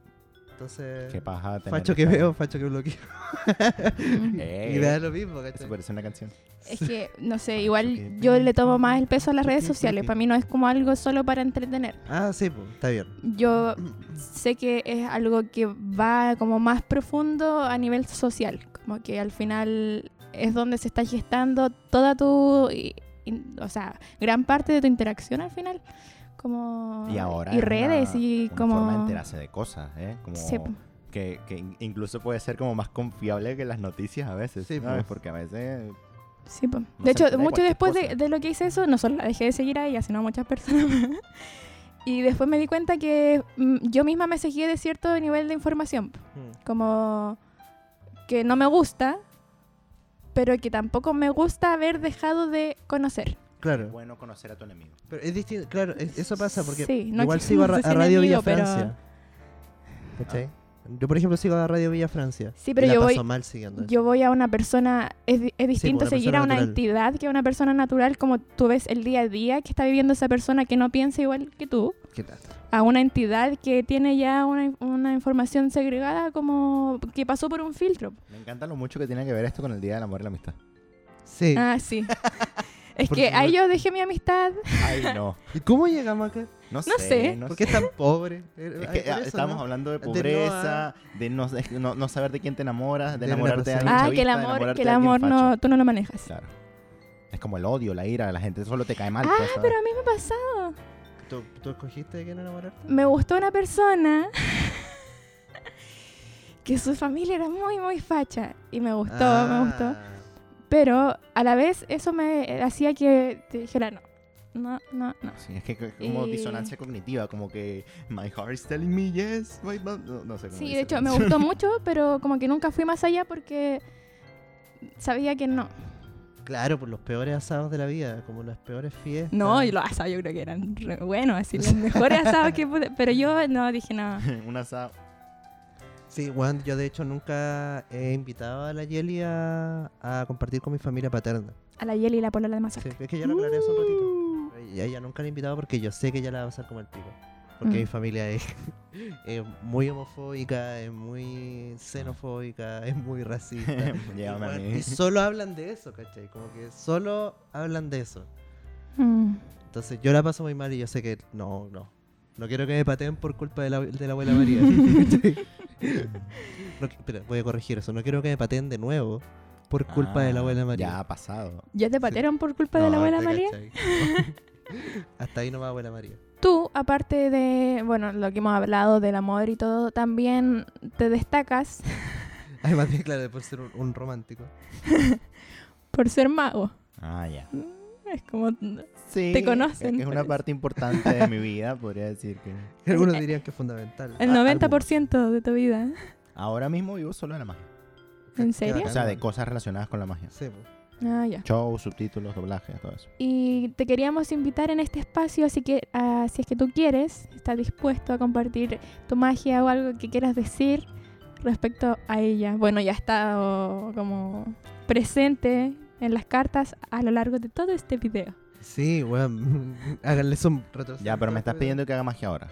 A: entonces
B: Qué paja tener
A: facho que
B: esta-
A: veo, facho que bloqueo. y
B: Eh,
C: Mm.
B: (laughs)
A: (laughs) me da lo mismo, ¿cachai?
B: Eso parece una canción.
C: Es que, no sé,
B: que-
C: igual yo le tomo más el peso a las redes
A: Sí, sí,
C: sociales.
A: sí.
C: Para mí no es como algo solo para entretener.
A: Ah, sí, pues, está bien.
C: Yo sé que es algo que va como más profundo a nivel social, como que al final es donde se está gestando toda tu, i- in- o sea, gran parte de tu interacción al final, como
B: Y ahora.
C: y
B: es una-
C: redes y
B: una forma de
C: como
B: enterarse de cosas, ¿eh? Como
C: Sí, po.
B: que, que in- incluso puede ser como más confiable que las noticias a veces.
A: Sí, pues.
B: ¿sabes? Porque a veces.
C: Sí, po.
B: No
C: de
B: se
C: hecho,
B: entera de
C: mucho
B: cualquier
C: después
B: cosa.
C: de, de lo que hice eso, no solo la dejé de seguir a ella, sino a muchas personas más. (laughs) Y después me di cuenta que mm, yo misma me seguía de cierto nivel de información. po.
A: Mm.
C: Como que no me gusta, pero que tampoco me gusta haber dejado de conocer.
B: Es
A: Claro,
B: bueno conocer a tu enemigo.
A: pero es distinto, claro, es- eso pasa porque
C: Sí, no
A: igual
C: que-
A: sigo a,
C: no
A: ra-
C: sé si
A: a Radio Villa
C: enemigo, pero-
A: Francia. ¿Cachai?
B: Ah.
A: Yo, por ejemplo, sigo a Radio Villa Francia.
C: Sí, pero
A: y la
C: yo
A: paso
C: voy-
A: mal siguiendo.
C: Yo voy a una persona, es, di- es distinto
B: pues,
A: una
C: seguir
A: persona
C: a una
A: natural.
C: entidad que a una persona natural, como tú ves el día a día que está viviendo esa persona que no piensa igual que tú.
A: eso. ¿Qué tal?
C: a una entidad que tiene ya una, una información segregada como que pasó por un filtro.
B: Me encanta lo mucho que tiene que ver esto con el Día del Amor y la Amistad.
A: Sí.
C: Ah,
B: (laughs)
C: sí. es
A: Porque
C: que ahí yo dejé mi amistad.
B: Ay, no.
A: ¿Y cómo llegamos acá?
B: No sé.
C: sé.
B: no
A: ¿Por qué
B: sé.
A: tan pobre? Eh,
B: Es que ah, estábamos hablando de
A: De no,
B: pobreza, de no, es que no- no saber de quién te enamoras, de,
A: De
B: enamorarte de
A: relación.
B: alguien
C: Ah,
B: chavista,
C: que el
B: de
C: amor,
B: enamorarte
C: que el
B: de alguien
C: amor no,
B: facho.
C: tú no lo manejas.
B: Claro. Es como el odio, la ira, la gente solo te cae mal.
C: Ah,
B: pues, ¿sabes?
C: pero a mí me ha pasado.
A: ¿Tú, tú escogiste de quién enamorarte?
C: Me gustó una persona (laughs) que su familia era muy, muy facha. Y me gustó, me gustó.
A: Ah.
C: Pero a la vez eso me hacía que te dijera no. No, no, no.
B: Sí, es que es como
C: Y-
B: disonancia cognitiva, como que my heart is telling me yes, my mouth- no, no sé cómo
C: Sí,
B: dice
C: de
B: la (laughs)
C: hecho me
B: canción.
A: (laughs)
C: gustó mucho, pero como que nunca fui más allá porque sabía que no.
A: me... Claro, por los peores asados de la vida, como las peores fiestas.
C: No, y los asados yo creo que eran re buenos, así los mejores asados que pude. Pero yo no dije nada.
B: Un asado.
A: Sí, Juan, yo de hecho nunca he invitado a la Yeli a, a compartir con mi familia paterna.
C: A la Yeli y la polola de Masacre.
A: Sí, es que ya lo aclaré hace un ratito. Y a ella nunca la he invitado porque yo sé que ella la va a pasar como el pico. Porque
C: Mm.
A: mi familia es, (laughs) es muy homofóbica, es muy xenofóbica, es muy racista. y,
B: Llévame a
A: weón,
B: mí.
A: y solo hablan de eso, ¿cachai? Como que solo hablan de eso.
C: Mm.
A: Entonces yo la paso muy mal y yo sé que no, no. No quiero que me pateen por culpa de la, de la
B: (laughs)
A: abuela María. (laughs) No qui- espera, voy a corregir eso. No quiero que me pateen de nuevo por culpa de la
B: Ah,
A: abuela María.
B: Ya ha pasado.
C: ¿Ya te patearon por culpa de
A: No,
C: la abuela
A: te
C: María?
A: cachai. (laughs) Hasta ahí nomás abuela María.
C: Tú, aparte de, bueno, lo que hemos hablado del amor y todo, también te destacas (laughs)
A: Además de, claro, de por ser un, un romántico.
C: por ser mago.
B: Ah, ya.
C: Es como...
B: Sí.
C: Te conocen, pues.
B: Es, es una
C: parece.
B: parte importante de mi vida, podría decir que.
A: Algunos dirían que es fundamental.
C: El
B: Ah,
C: 90% de tu vida.
B: Ahora mismo vivo solo de la magia.
C: ¿En
A: Qué
C: serio?
A: bacán,
B: O sea, de
A: ¿no?
B: cosas relacionadas con la magia.
A: Sí, po.
C: Ah, ya.
B: Shows, subtítulos, doblajes, todo eso.
C: Y te queríamos invitar en este espacio, así que ah, si es que tú quieres, estás dispuesto a compartir tu magia o algo que quieras decir respecto a ella. Bueno, ya ha estado como presente en las cartas a lo largo de todo este video.
A: Sí, weón. (laughs) Háganle un retroceso.
B: Ya, pero me estás pidiendo que haga magia ahora.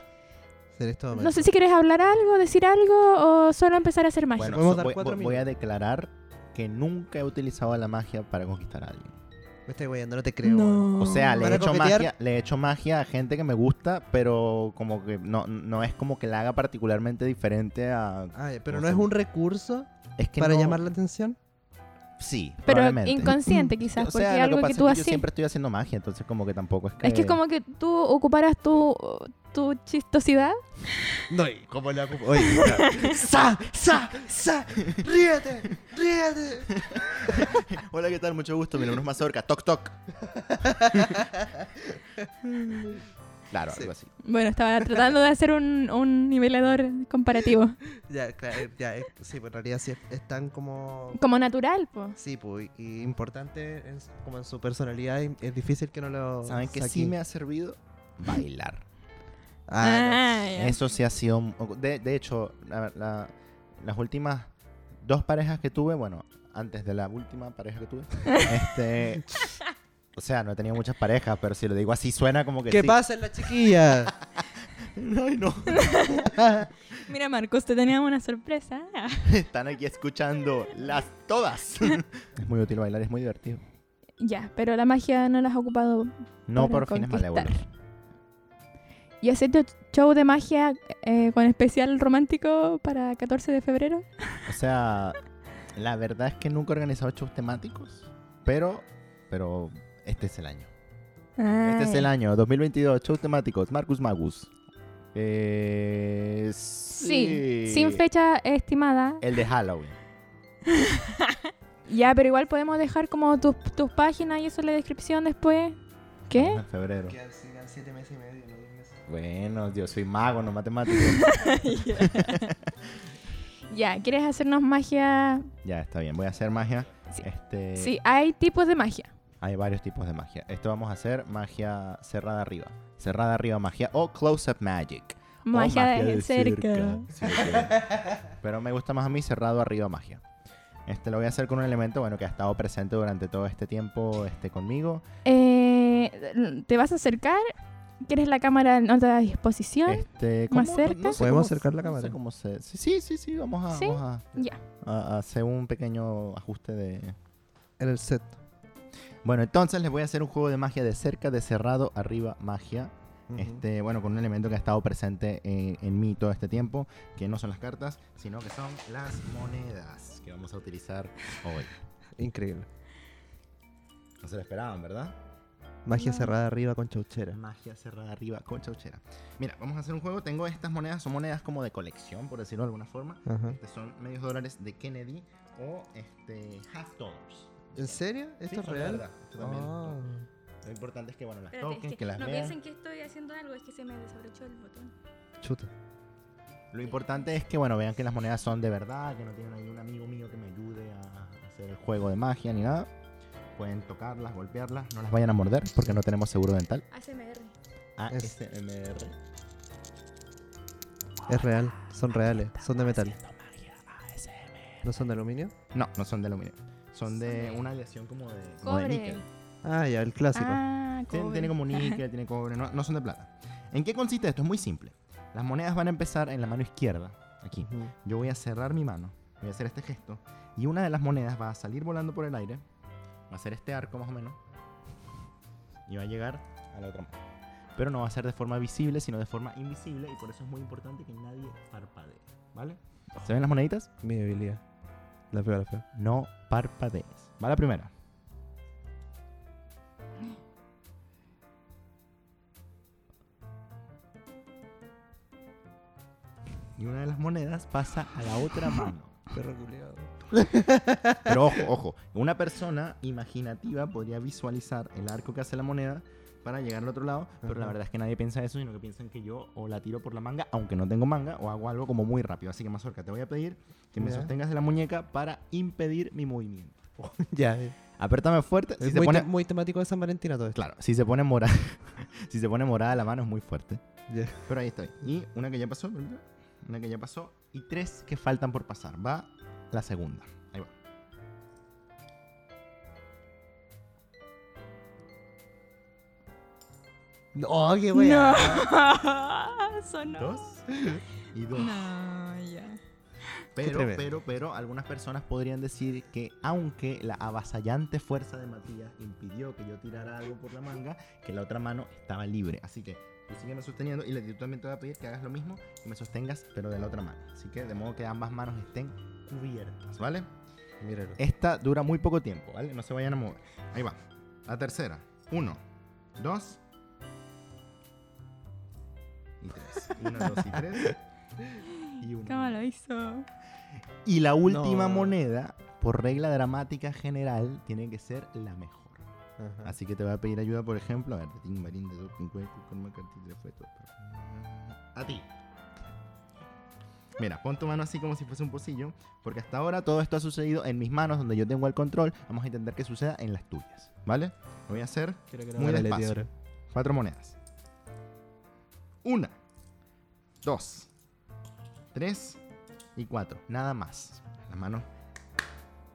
A: En este momento.
C: No sé si quieres hablar algo, decir algo o solo empezar a hacer magia.
B: Bueno,
A: Podemos
B: so-
A: dar
B: voy,
A: cuatro
B: voy- voy a declarar que nunca he utilizado la magia para conquistar a alguien.
A: Me estoy weyando, no te creo. weón.
B: O sea, le
A: Ah.
B: he,
A: Para
B: hecho
A: coquetear.
B: magia, le he hecho magia a gente que me gusta, pero como que no, no es como que la haga particularmente diferente a...
A: Ah, ya, pero
B: No
A: no
B: sé.
A: es un recurso
B: Es que
A: para
B: no-
A: llamar la
B: (laughs)
A: atención.
B: Sí,
C: Pero
B: probablemente.
C: inconsciente quizás,
B: O
C: porque
B: sea,
C: es
B: lo
C: algo
B: que
C: que,
B: pasa
C: tú
B: es que yo
C: haces.
B: siempre estoy haciendo magia, entonces como que tampoco es que...
C: Es que es como que tú ocuparas tu, tu chistosidad
A: No, y cómo le ocupo.
B: (laughs)
A: Oye, mira. ¡Sa! ¡Sa! ¡Sa! ¡Ríete! ¡Ríete!
B: Hola, ¿qué tal? Mucho gusto, mi nombre es Mazorca. Toc, toc. (laughs) Claro,
A: Sí.
B: algo así.
C: Bueno, (laughs) estaba tratando de hacer un, un nivelador comparativo.
A: (laughs) Ya, claro, ya, eh, sí, pues en realidad sí es, es tan como...
C: Como natural, pues.
A: Sí, pues, y importante en su- como en su personalidad y es difícil que no lo...
B: ¿Saben qué sí
A: saquen.
B: me ha servido? Bailar.
A: Ah,
C: Ah, ya.
B: Eso sí ha sido... un- De, de hecho, la- la- las últimas dos parejas que tuve, bueno, antes de la última pareja
C: (laughs)
B: que tuve, este... O sea, no he tenido muchas parejas, pero si lo digo así suena como
A: no.
B: que
A: ¿Qué
B: sí.
A: pasa en la
B: (laughs)
A: chiquilla? (laughs)
B: Ay, no. (laughs)
C: Mira, Marcos, te teníamos una sorpresa.
B: Están aquí escuchando las todas. es muy útil bailar, es muy divertido.
C: (laughs) ya, pero la magia no la has ocupado.
B: No
C: Para
B: por fines
C: conquistar.
B: malévolos.
C: ¿Y has hecho show de magia eh, con especial romántico para 14 de febrero?
B: O sea, la verdad es que nunca he organizado shows temáticos, pero, pero este es el año.
C: Ah,
B: Este es el
C: Ay.
B: año, 2022, shows temáticos, Marcus Magus. Eh,
C: Sí, sin fecha estimada.
B: El de Halloween.
C: Ya, pero igual podemos dejar como tus, tus páginas y eso en la descripción después.
E: (laughs)
C: ¿Qué? (laughs)
B: En febrero.
A: Quedan sigan siete meses y medio, no diez meses.
B: Bueno, yo soy mago, no
C: (laughs)
B: matemático.
C: ya, ¿quieres hacernos magia?
B: ya, está bien, voy a hacer magia.
C: Sí.
B: Este,
C: Sí, hay tipos de magia.
B: Hay varios tipos de magia. Esto vamos a hacer magia cerrada arriba. Cerrada arriba magia o close-up magic. o
C: Magia, de, cerca.
B: Sí, sí. Pero me gusta más a mí cerrado arriba magia. Este lo voy a hacer con un elemento bueno que ha estado presente durante todo este tiempo este, conmigo.
C: Eh, ¿Te vas a acercar? ¿Quieres la cámara en otra disposición?
B: Este,
C: ¿Más
B: ¿cómo? No-
C: cerca?
B: no sé
A: ¿Podemos
B: cómo-
A: acercar la
B: no sé
A: cámara?
B: cómo se- sí, sí, sí, sí, vamos, a,
C: ¿Sí?
B: vamos a-
C: Ya.
B: a- a hacer un pequeño ajuste de...
A: (laughs) En el set.
B: Bueno, entonces les voy a hacer un juego de magia de cerca, de cerrado, arriba, magia. Este, bueno, con un elemento que ha estado presente en, en mí todo este tiempo, que no son las cartas, sino que son las monedas que vamos a utilizar hoy.
A: Increíble.
B: No se lo esperaban, ¿verdad?
A: Magia
C: No.
A: cerrada arriba con chauchera.
B: Magia cerrada arriba con chauchera. Mira, vamos a hacer un juego. Tengo estas monedas, son monedas como de colección, por decirlo de alguna forma.
A: Ajá.
B: Este son medios dólares de Kennedy o este half dollars.
A: ¿En serio? ¿Esto
B: Sí,
A: es
B: son de
A: real?
B: verdad. Esto también-
A: Ah.
B: Lo importante es que, bueno, las
E: Espérate,
B: toquen,
E: es
B: que,
E: que,
B: las
E: no
B: vean.
E: piensen que estoy haciendo algo, es que se me desabrochó el botón.
A: Chuta.
B: Lo importante es que, bueno, vean que las monedas son de verdad, que no tienen ahí un amigo mío que me ayude a hacer el juego de magia ni nada. Pueden tocarlas, golpearlas, no las vayan a morder porque no tenemos seguro dental.
E: ASMR.
B: ASMR.
A: Es real. Son reales. Son de metal. ¿No son de aluminio?
B: No, no son de aluminio. Son de una aleación como de, como de
E: Cobre.
B: níquel.
A: Ah, ya, el clásico.
C: Ah,
B: Tiene,
C: cobre.
B: pues. tiene como
C: Ajá.
B: níquel, tiene cobre, no, no son de plata. ¿En qué consiste esto? Es muy simple. Las monedas van a empezar en la mano izquierda, aquí.
A: Ujú.
B: Yo voy a cerrar mi mano, voy a hacer este gesto, y una de las monedas va a salir volando por el aire, va a hacer este arco más o menos, y va a llegar a la otra mano. Pero no va a ser de forma visible, sino de forma invisible, y por eso es muy importante que nadie parpadee, ¿vale? ¿Se ven las moneditas?
A: Mi debilidad. La peor, la peor.
B: No parpadees. Va la primera. Y una de las monedas pasa a
A: (laughs)
B: la otra mano.
A: Perro culiado.
B: Pero ojo, ojo, una persona imaginativa podría visualizar el arco que hace la moneda para llegar al otro lado, pero la
A: Ajá.
B: verdad es que nadie piensa eso, sino que piensan que yo o la tiro por la manga, aunque no tengo manga, o hago algo como muy rápido. Así que, Mazorca, te voy a pedir que me
A: Ya.
B: sostengas de la muñeca para impedir mi movimiento.
A: (laughs) ya, eh.
B: Apértame fuerte, si
A: es
B: se
A: muy,
B: pone...
A: te- muy temático de San Valentín a todo esto.
B: Claro, si se pone morada, (laughs) si se pone morada la mano es muy fuerte.
A: Ya.
B: Pero ahí estoy. Y una que ya pasó, una que ya pasó, y tres que faltan por pasar. Va la segunda. Ahí va.
A: No, qué wea.
C: No, (laughs) sonó.
B: Dos y dos.
C: No, ya.
B: Pero,
A: tremendo.
B: pero, pero, algunas personas podrían decir que aunque la avasallante fuerza de Matías impidió que yo tirara algo por la manga, que la otra mano estaba libre. Así que tú sígueme sosteniendo y le- yo también te voy a pedir que hagas lo mismo y me sostengas, pero de la otra mano. Así que de modo que ambas manos estén cubiertas, ¿vale?
A: Míralo.
B: Esta dura muy poco tiempo, ¿vale? No se vayan a mover. Ahí va. La tercera. Uno, dos y tres. Uno, dos y tres. Y uno.
C: ¿Cómo lo hizo?
B: Y la última
A: No.
B: moneda, por regla dramática general, tiene que ser la mejor.
A: Ajá.
B: Así que te va a pedir ayuda, por ejemplo, a ver, de Tim Marín, de Dolphin Quake, con McCarthy, de Fueto. Ah, A ti. Mira, pon tu mano así como si fuese un pocillo, porque hasta ahora todo esto ha sucedido en mis manos, donde yo tengo el control. Vamos a intentar que suceda en las tuyas, ¿vale? Lo voy a hacer
A: Quiero que
B: Muy
A: haga la
B: despacio.
A: Leti ahora.
B: cuatro monedas. Una, dos, tres y cuatro. Nada más. Las manos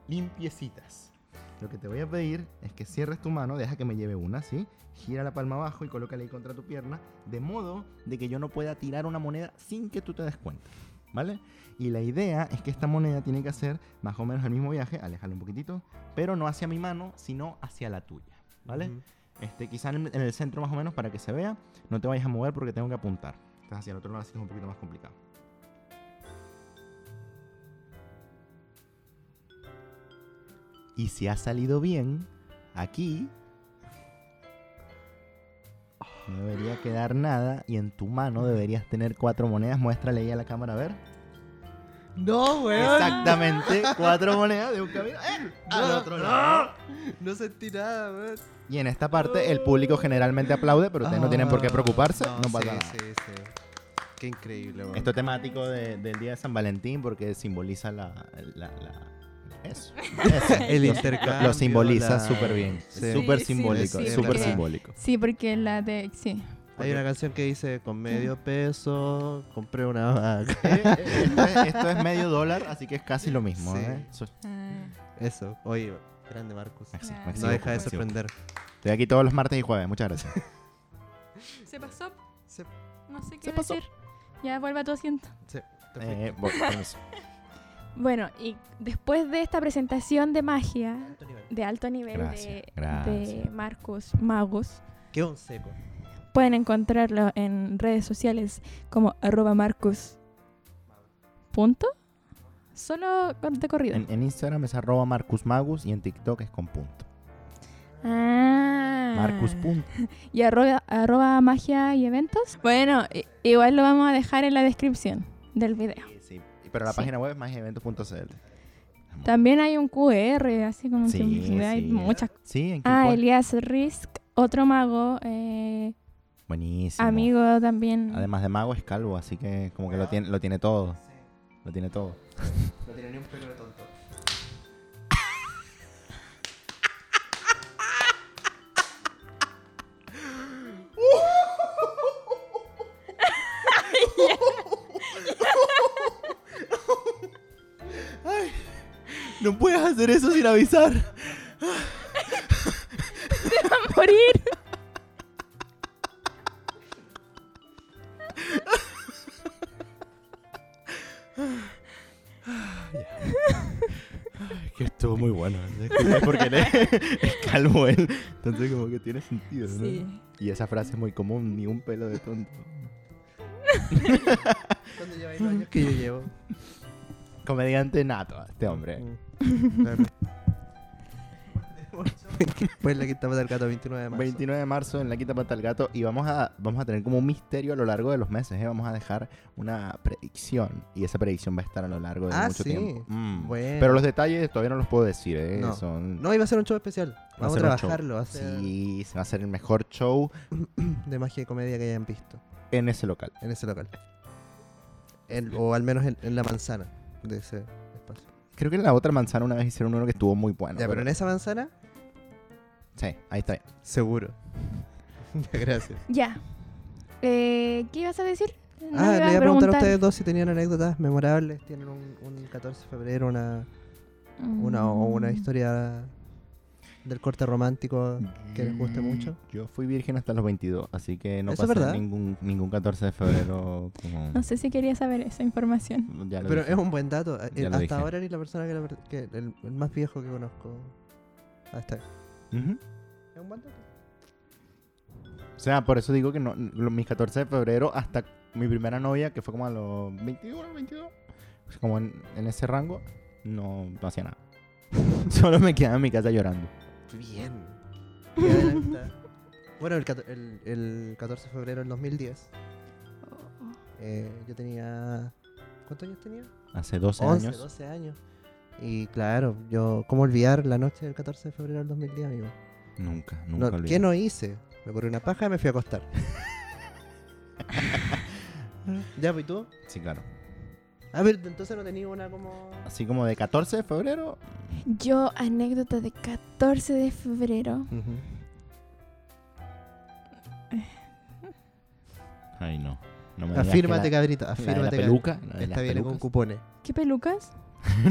B: limpiecitas. Lo que te voy a pedir es que cierres tu mano, deja que me lleve una, ¿sí? Gira la palma abajo y colócala ahí contra tu pierna, de modo de que yo no pueda tirar una moneda sin que tú te des cuenta, ¿vale? Y la idea es que esta moneda tiene que hacer más o menos el mismo viaje, aléjala un poquitito, pero no hacia mi mano, sino hacia la tuya, ¿vale?
A: Ujú.
B: Este, quizá en, en el centro más o menos para que se vea. No te vayas a mover porque tengo que apuntar. Estás hacia el otro lado, así que es un poquito más complicado. Y si ha salido bien, aquí no debería quedar nada y en tu mano deberías tener cuatro monedas. Muéstrale ahí a la cámara a ver.
A: No, weón.
B: Exactamente, cuatro monedas de un camino. ¡eh! Al
A: No,
B: otro lado.
A: No sentí nada, weón.
B: Y en esta parte el público generalmente aplaude, pero ustedes no tienen por qué preocuparse, Ah, no, pasa
A: Ah. sí,
B: nada.
A: Sí, sí. Qué increíble, weón.
B: Esto es temático de- del día de San Valentín porque simboliza la, la- la- eso. eso.
A: (laughs) El
B: Lo-
A: intercambio.
B: Lo, simboliza
A: la-
B: súper bien.
A: Sí.
B: Súper
C: Sí, sí,
B: simbólico,
A: sí,
B: súper
A: porque-
B: simbólico.
C: Sí, porque la de... Sí.
A: Hay una canción que dice, con medio peso compré una vaca.
B: (laughs)
A: (laughs)
B: Eh, eh, Esto es, esto es medio dólar, así que es casi lo mismo.
A: Sí.
B: ¿eh? Eso-
C: Ah,
A: Eso. Oye, grande Marcus.
B: me exijo, me
C: No
A: No
B: exijo,
A: deja
B: me
A: de
B: exijo.
A: sorprender.
B: Estoy aquí todos los martes y jueves, muchas gracias.
E: Se pasó.
A: Se-
E: No sé qué
C: ¿Qué pasó?
E: decir. Ya vuelve a tu asiento.
B: Eh, voy, permiso.
C: Bueno, y después de esta presentación de magia de alto nivel
B: Gracias,
C: de,
B: gracias.
C: de Marcus Magus,
A: Qué un seco.
C: pueden encontrarlo en redes sociales como arroba Marcus. ¿Punto? Solo con- de corrido.
B: en, en Instagram es arroba Marcus Magus y en TikTok es con punto.
C: Ah.
B: Marcus punto.
C: Y arroba, arroba magia y eventos. Bueno, i- igual lo vamos a dejar en la descripción del video.
B: Sí, sí. Pero la
C: Sí. Ah,
B: página web es mageventos.cl.
C: También hay un QR, así como
B: Sí,
C: que hay
B: sí.
C: muchas
B: Sí, en
C: Ah,
B: Kickboard.
C: Elias Risk, otro mago, eh,
B: Buenísimo.
C: amigo también.
B: Además de mago es calvo, así que como que lo tiene, lo tiene todo. Lo tiene todo.
A: No tiene ni un pelo de tonto.
B: No puedes hacer eso sin avisar.
C: ¡Va a (laughs) morir!
B: Es que estuvo muy bueno. ¿eh? Disculpa, Es porque él es, (laughs) es calvo él. Entonces como que tiene sentido, ¿no?
C: (laughs) Sí.
B: Y esa frase es muy común, ni un pelo de tonto.
A: ¿Cuándo lleváis los años que yo
B: (laughs)
A: llevo?
B: Comediante nato, este hombre.
A: Mm.
B: (laughs)
A: Claro. pues la quinta pata del gato, 29 de marzo.
B: 29 de marzo en la quita pata al gato y vamos a, vamos a tener como un misterio a lo largo de los meses, ¿eh? vamos a dejar una predicción y esa predicción va a estar a lo largo de
A: Ah,
B: mucho
A: sí.
B: tiempo. Mm.
A: Bueno.
B: Pero los detalles todavía no los puedo decir, ¿eh?
A: No.
B: Son...
A: No, iba a ser un show especial.
B: Va a
A: Vamos a
B: ser un show.
A: trabajarlo. Va a ser
B: Sí, se va a hacer el mejor show
A: de magia y comedia que hayan visto
B: en ese local.
A: en ese local. En- o al menos en, en la manzana de ese espacio.
B: Creo que en la otra manzana una vez hicieron uno que estuvo muy bueno.
A: ya, pero
B: pero-
A: en esa manzana,
B: Sí, ahí está bien.
A: seguro. Ya, (laughs) Gracias.
C: Ya. Eh, ¿Qué ibas a decir? No
A: ah,
C: me
A: le
C: iba
A: voy a preguntar a ustedes dos si tenían anécdotas memorables. Tienen un, un 14 de febrero una, una, o una
C: Mm.
A: historia del corte romántico que les guste mucho.
B: Mm, Yo fui virgen hasta los 22, así que no
A: Eso es
B: pasé
A: verdad.
B: ningún, ningún 14 de febrero como...
C: No sé si quería saber esa información.
B: Ya lo
A: Pero
B: dije.
A: es un buen dato. Eh,
B: Ya lo
A: Hasta
B: dije.
A: ahora eres la persona que, la per- que el, el más viejo que conozco. Hasta ahí.
B: Ujú.
A: Es un buen dato.
B: O sea, por eso digo que no, lo- mis 14 de febrero hasta mi primera novia, que fue como a los 21, 22, pues como en, en ese rango, no, no hacía nada. (laughs) Solo me quedaba en mi casa llorando.
C: (laughs)
A: Bien. Qué adelantada. bueno, el, cato- el- el 14 de febrero del 2010, eh, yo tenía. ¿Cuántos años tenía?
B: Hace 12 años.
A: 12 años. Y claro, yo, ¿cómo olvidar la noche del 14 de febrero del 2010, amigo?
B: Nunca, nunca
A: No,
B: olvidé.
A: ¿Qué no hice? Me corrí una paja y me fui a acostar. (laughs) ¿Ya, pues, ¿y tú?
B: Sí, claro.
A: A ver, entonces no tenía una como...
B: Así como de 14 de febrero.
C: Yo, anécdota de 14 de febrero.
B: Ay, no. no me digas que
A: Afírmate,
B: la-
A: cabrita,
B: la de la
A: afírmate. cabrita.
B: peluca. la de
A: Esta
B: las
A: viene con
B: pelucas.
A: cupones.
C: ¿Qué pelucas?
B: (laughs)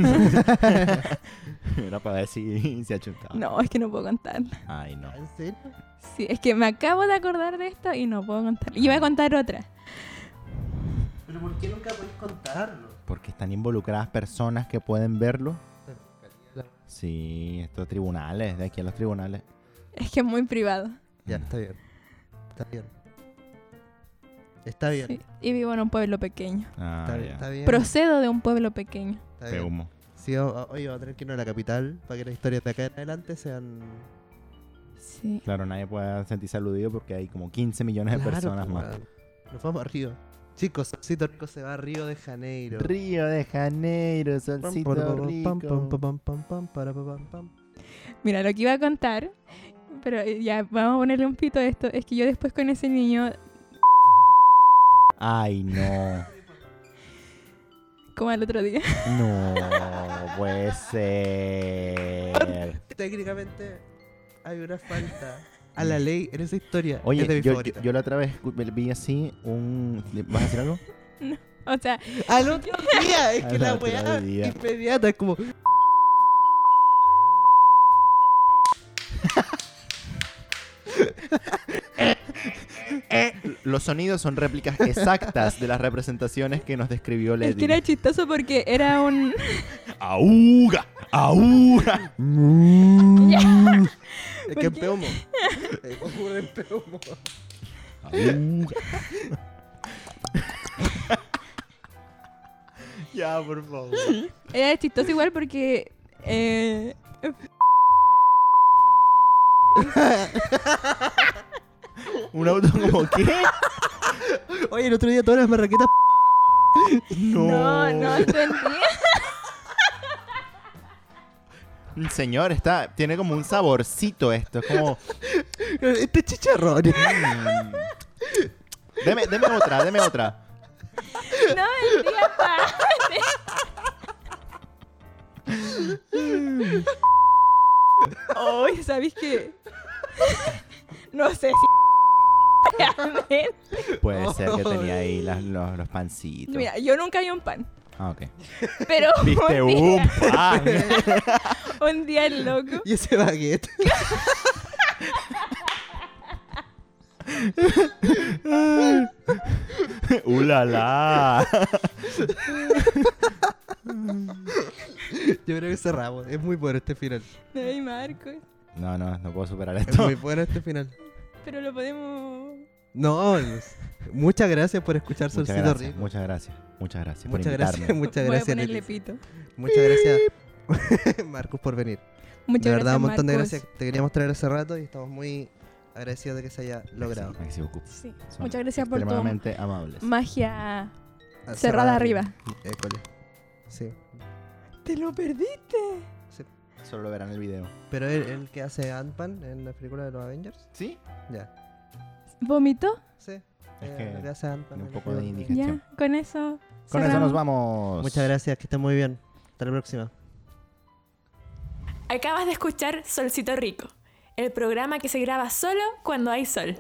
B: Era para ver si se achuntaba.
C: No, es que no puedo contar.
B: Ay, no.
A: ¿En serio?
C: Sí, es que me acabo de acordar de esto y no puedo contar. Y voy a contar otra.
A: ¿Pero por qué nunca podéis contarlo?
B: Porque están involucradas personas que pueden verlo. Sí, estos tribunales, de aquí a los tribunales.
C: Es que es muy privado.
A: Ya,
B: Mm.
A: está bien. Está bien. Está bien.
C: Sí, Y vivo en un pueblo pequeño.
B: Ah,
A: Está, bien,
B: ya.
A: está bien.
C: Procedo de un pueblo pequeño.
A: está
B: Qué
A: bien.
B: humo.
A: Sí, o- o- oye, va a tener que irnos a la capital para que las historias de acá en adelante sean...
C: Sí.
B: Claro, nadie puede sentirse aludido porque hay como 15 millones de
A: Claro,
B: personas
A: pues,
B: más.
A: weón. Nos vamos a Río. Chicos, Solcito Rico se va a Río de Janeiro.
B: Río de Janeiro,
A: Pam, pam,
B: solcito
A: pam, pam,
B: rico.
A: pam, pam, pam, para, pam, pam, pam.
C: Mira, lo que iba a contar, pero eh, ya vamos a ponerle un pito a esto, es que yo después con ese niño,
B: Ay, no.
C: como al otro día, (laughs)
B: (laughs) No puede ser.
A: Técnicamente hay una falta a
B: (laughs)
A: la ley en esa historia. es de
B: Oye,
A: mi
B: yo,
A: favorita.
B: yo la otra vez escu- vi así un... ¿Vas a decir algo?
C: o sea,
A: Al otro día,
B: (laughs)
A: es que
B: Al
A: la
B: otro
A: weá
B: día.
A: inmediata es como.
B: Los sonidos son réplicas exactas de las representaciones que nos describió
C: es que era
B: Lady.
C: chistoso porque era un...
B: ¡Auga! ¡Auga! Mm.
A: Es que es peumo. Eh, Ocurre en peumo.
B: ¡Auga! Ya, por favor.
C: Era chistoso igual porque... eh,
B: Un auto como qué?
A: Oye, el otro día todas las marraquetas. (laughs)
C: no, no entendí.
B: Señor, está, tiene como un saborcito esto, es como
A: Este chicharrón.
B: Mm. Deme, deme otra, deme otra.
C: No entendí, papá. (laughs) Oye, ¿sabéis qué? (laughs) No sé si... (laughs) realmente.
B: Puede ser que tenía ahí las- los, los pancitos.
C: Mira, yo nunca vi un pan.
B: Ah, ok. (laughs)
C: Pero
B: Viste
C: un
B: un
C: día,
A: (laughs)
B: pan.
C: un día el loco.
A: Y ese baguette. Uh,
B: ¡Ulala!
A: Yo creo que cerramos. Es muy bueno este final.
C: Ay, Marcos.
B: No, no, no puedo superar
A: Es
B: esto.
A: muy bueno este final.
C: Pero lo podemos.
A: No, es- muchas gracias por escuchar
B: Muchas
A: Solcito
B: gracias,
A: Rico.
B: muchas gracias, muchas gracias por
A: Muchas
B: invitarme.
A: gracias, (laughs) muchas
C: Voy a
A: gracias,
C: ponerle
A: Leti.
C: pito.
A: Muchas gracias, (laughs) Marcos, por venir.
C: Muchas
A: de
C: gracias.
A: verdad, un montón de
C: Marcos.
A: gracias. Te queríamos traer hace rato y estamos muy agradecidos de que se haya logrado.
B: Sí, me equivoco.
C: Sí.
B: Son
C: Muchas gracias por tu
B: Extremadamente amables.
C: magia
A: Ah,
C: cerrada arriba.
A: École. Sí.
C: Te lo perdiste.
B: Solo verán el video.
A: Pero el, el que hace Ant-Man en la película de los Avengers.
B: ¿Sí?
A: Ya.
C: ¿Vomitó?
A: Sí.
B: Es
A: eh,
B: que
A: el que hace Ant-Man.
B: un
A: en la
B: poco de
A: película
B: indigestión.
C: Ya,
B: Gestión.
C: con eso.
B: Con eso
C: cerramos.
B: nos vamos.
A: Muchas gracias, que estén muy bien. Hasta la próxima.
E: Acabas de escuchar Solcito Rico, el programa que se graba solo cuando hay sol.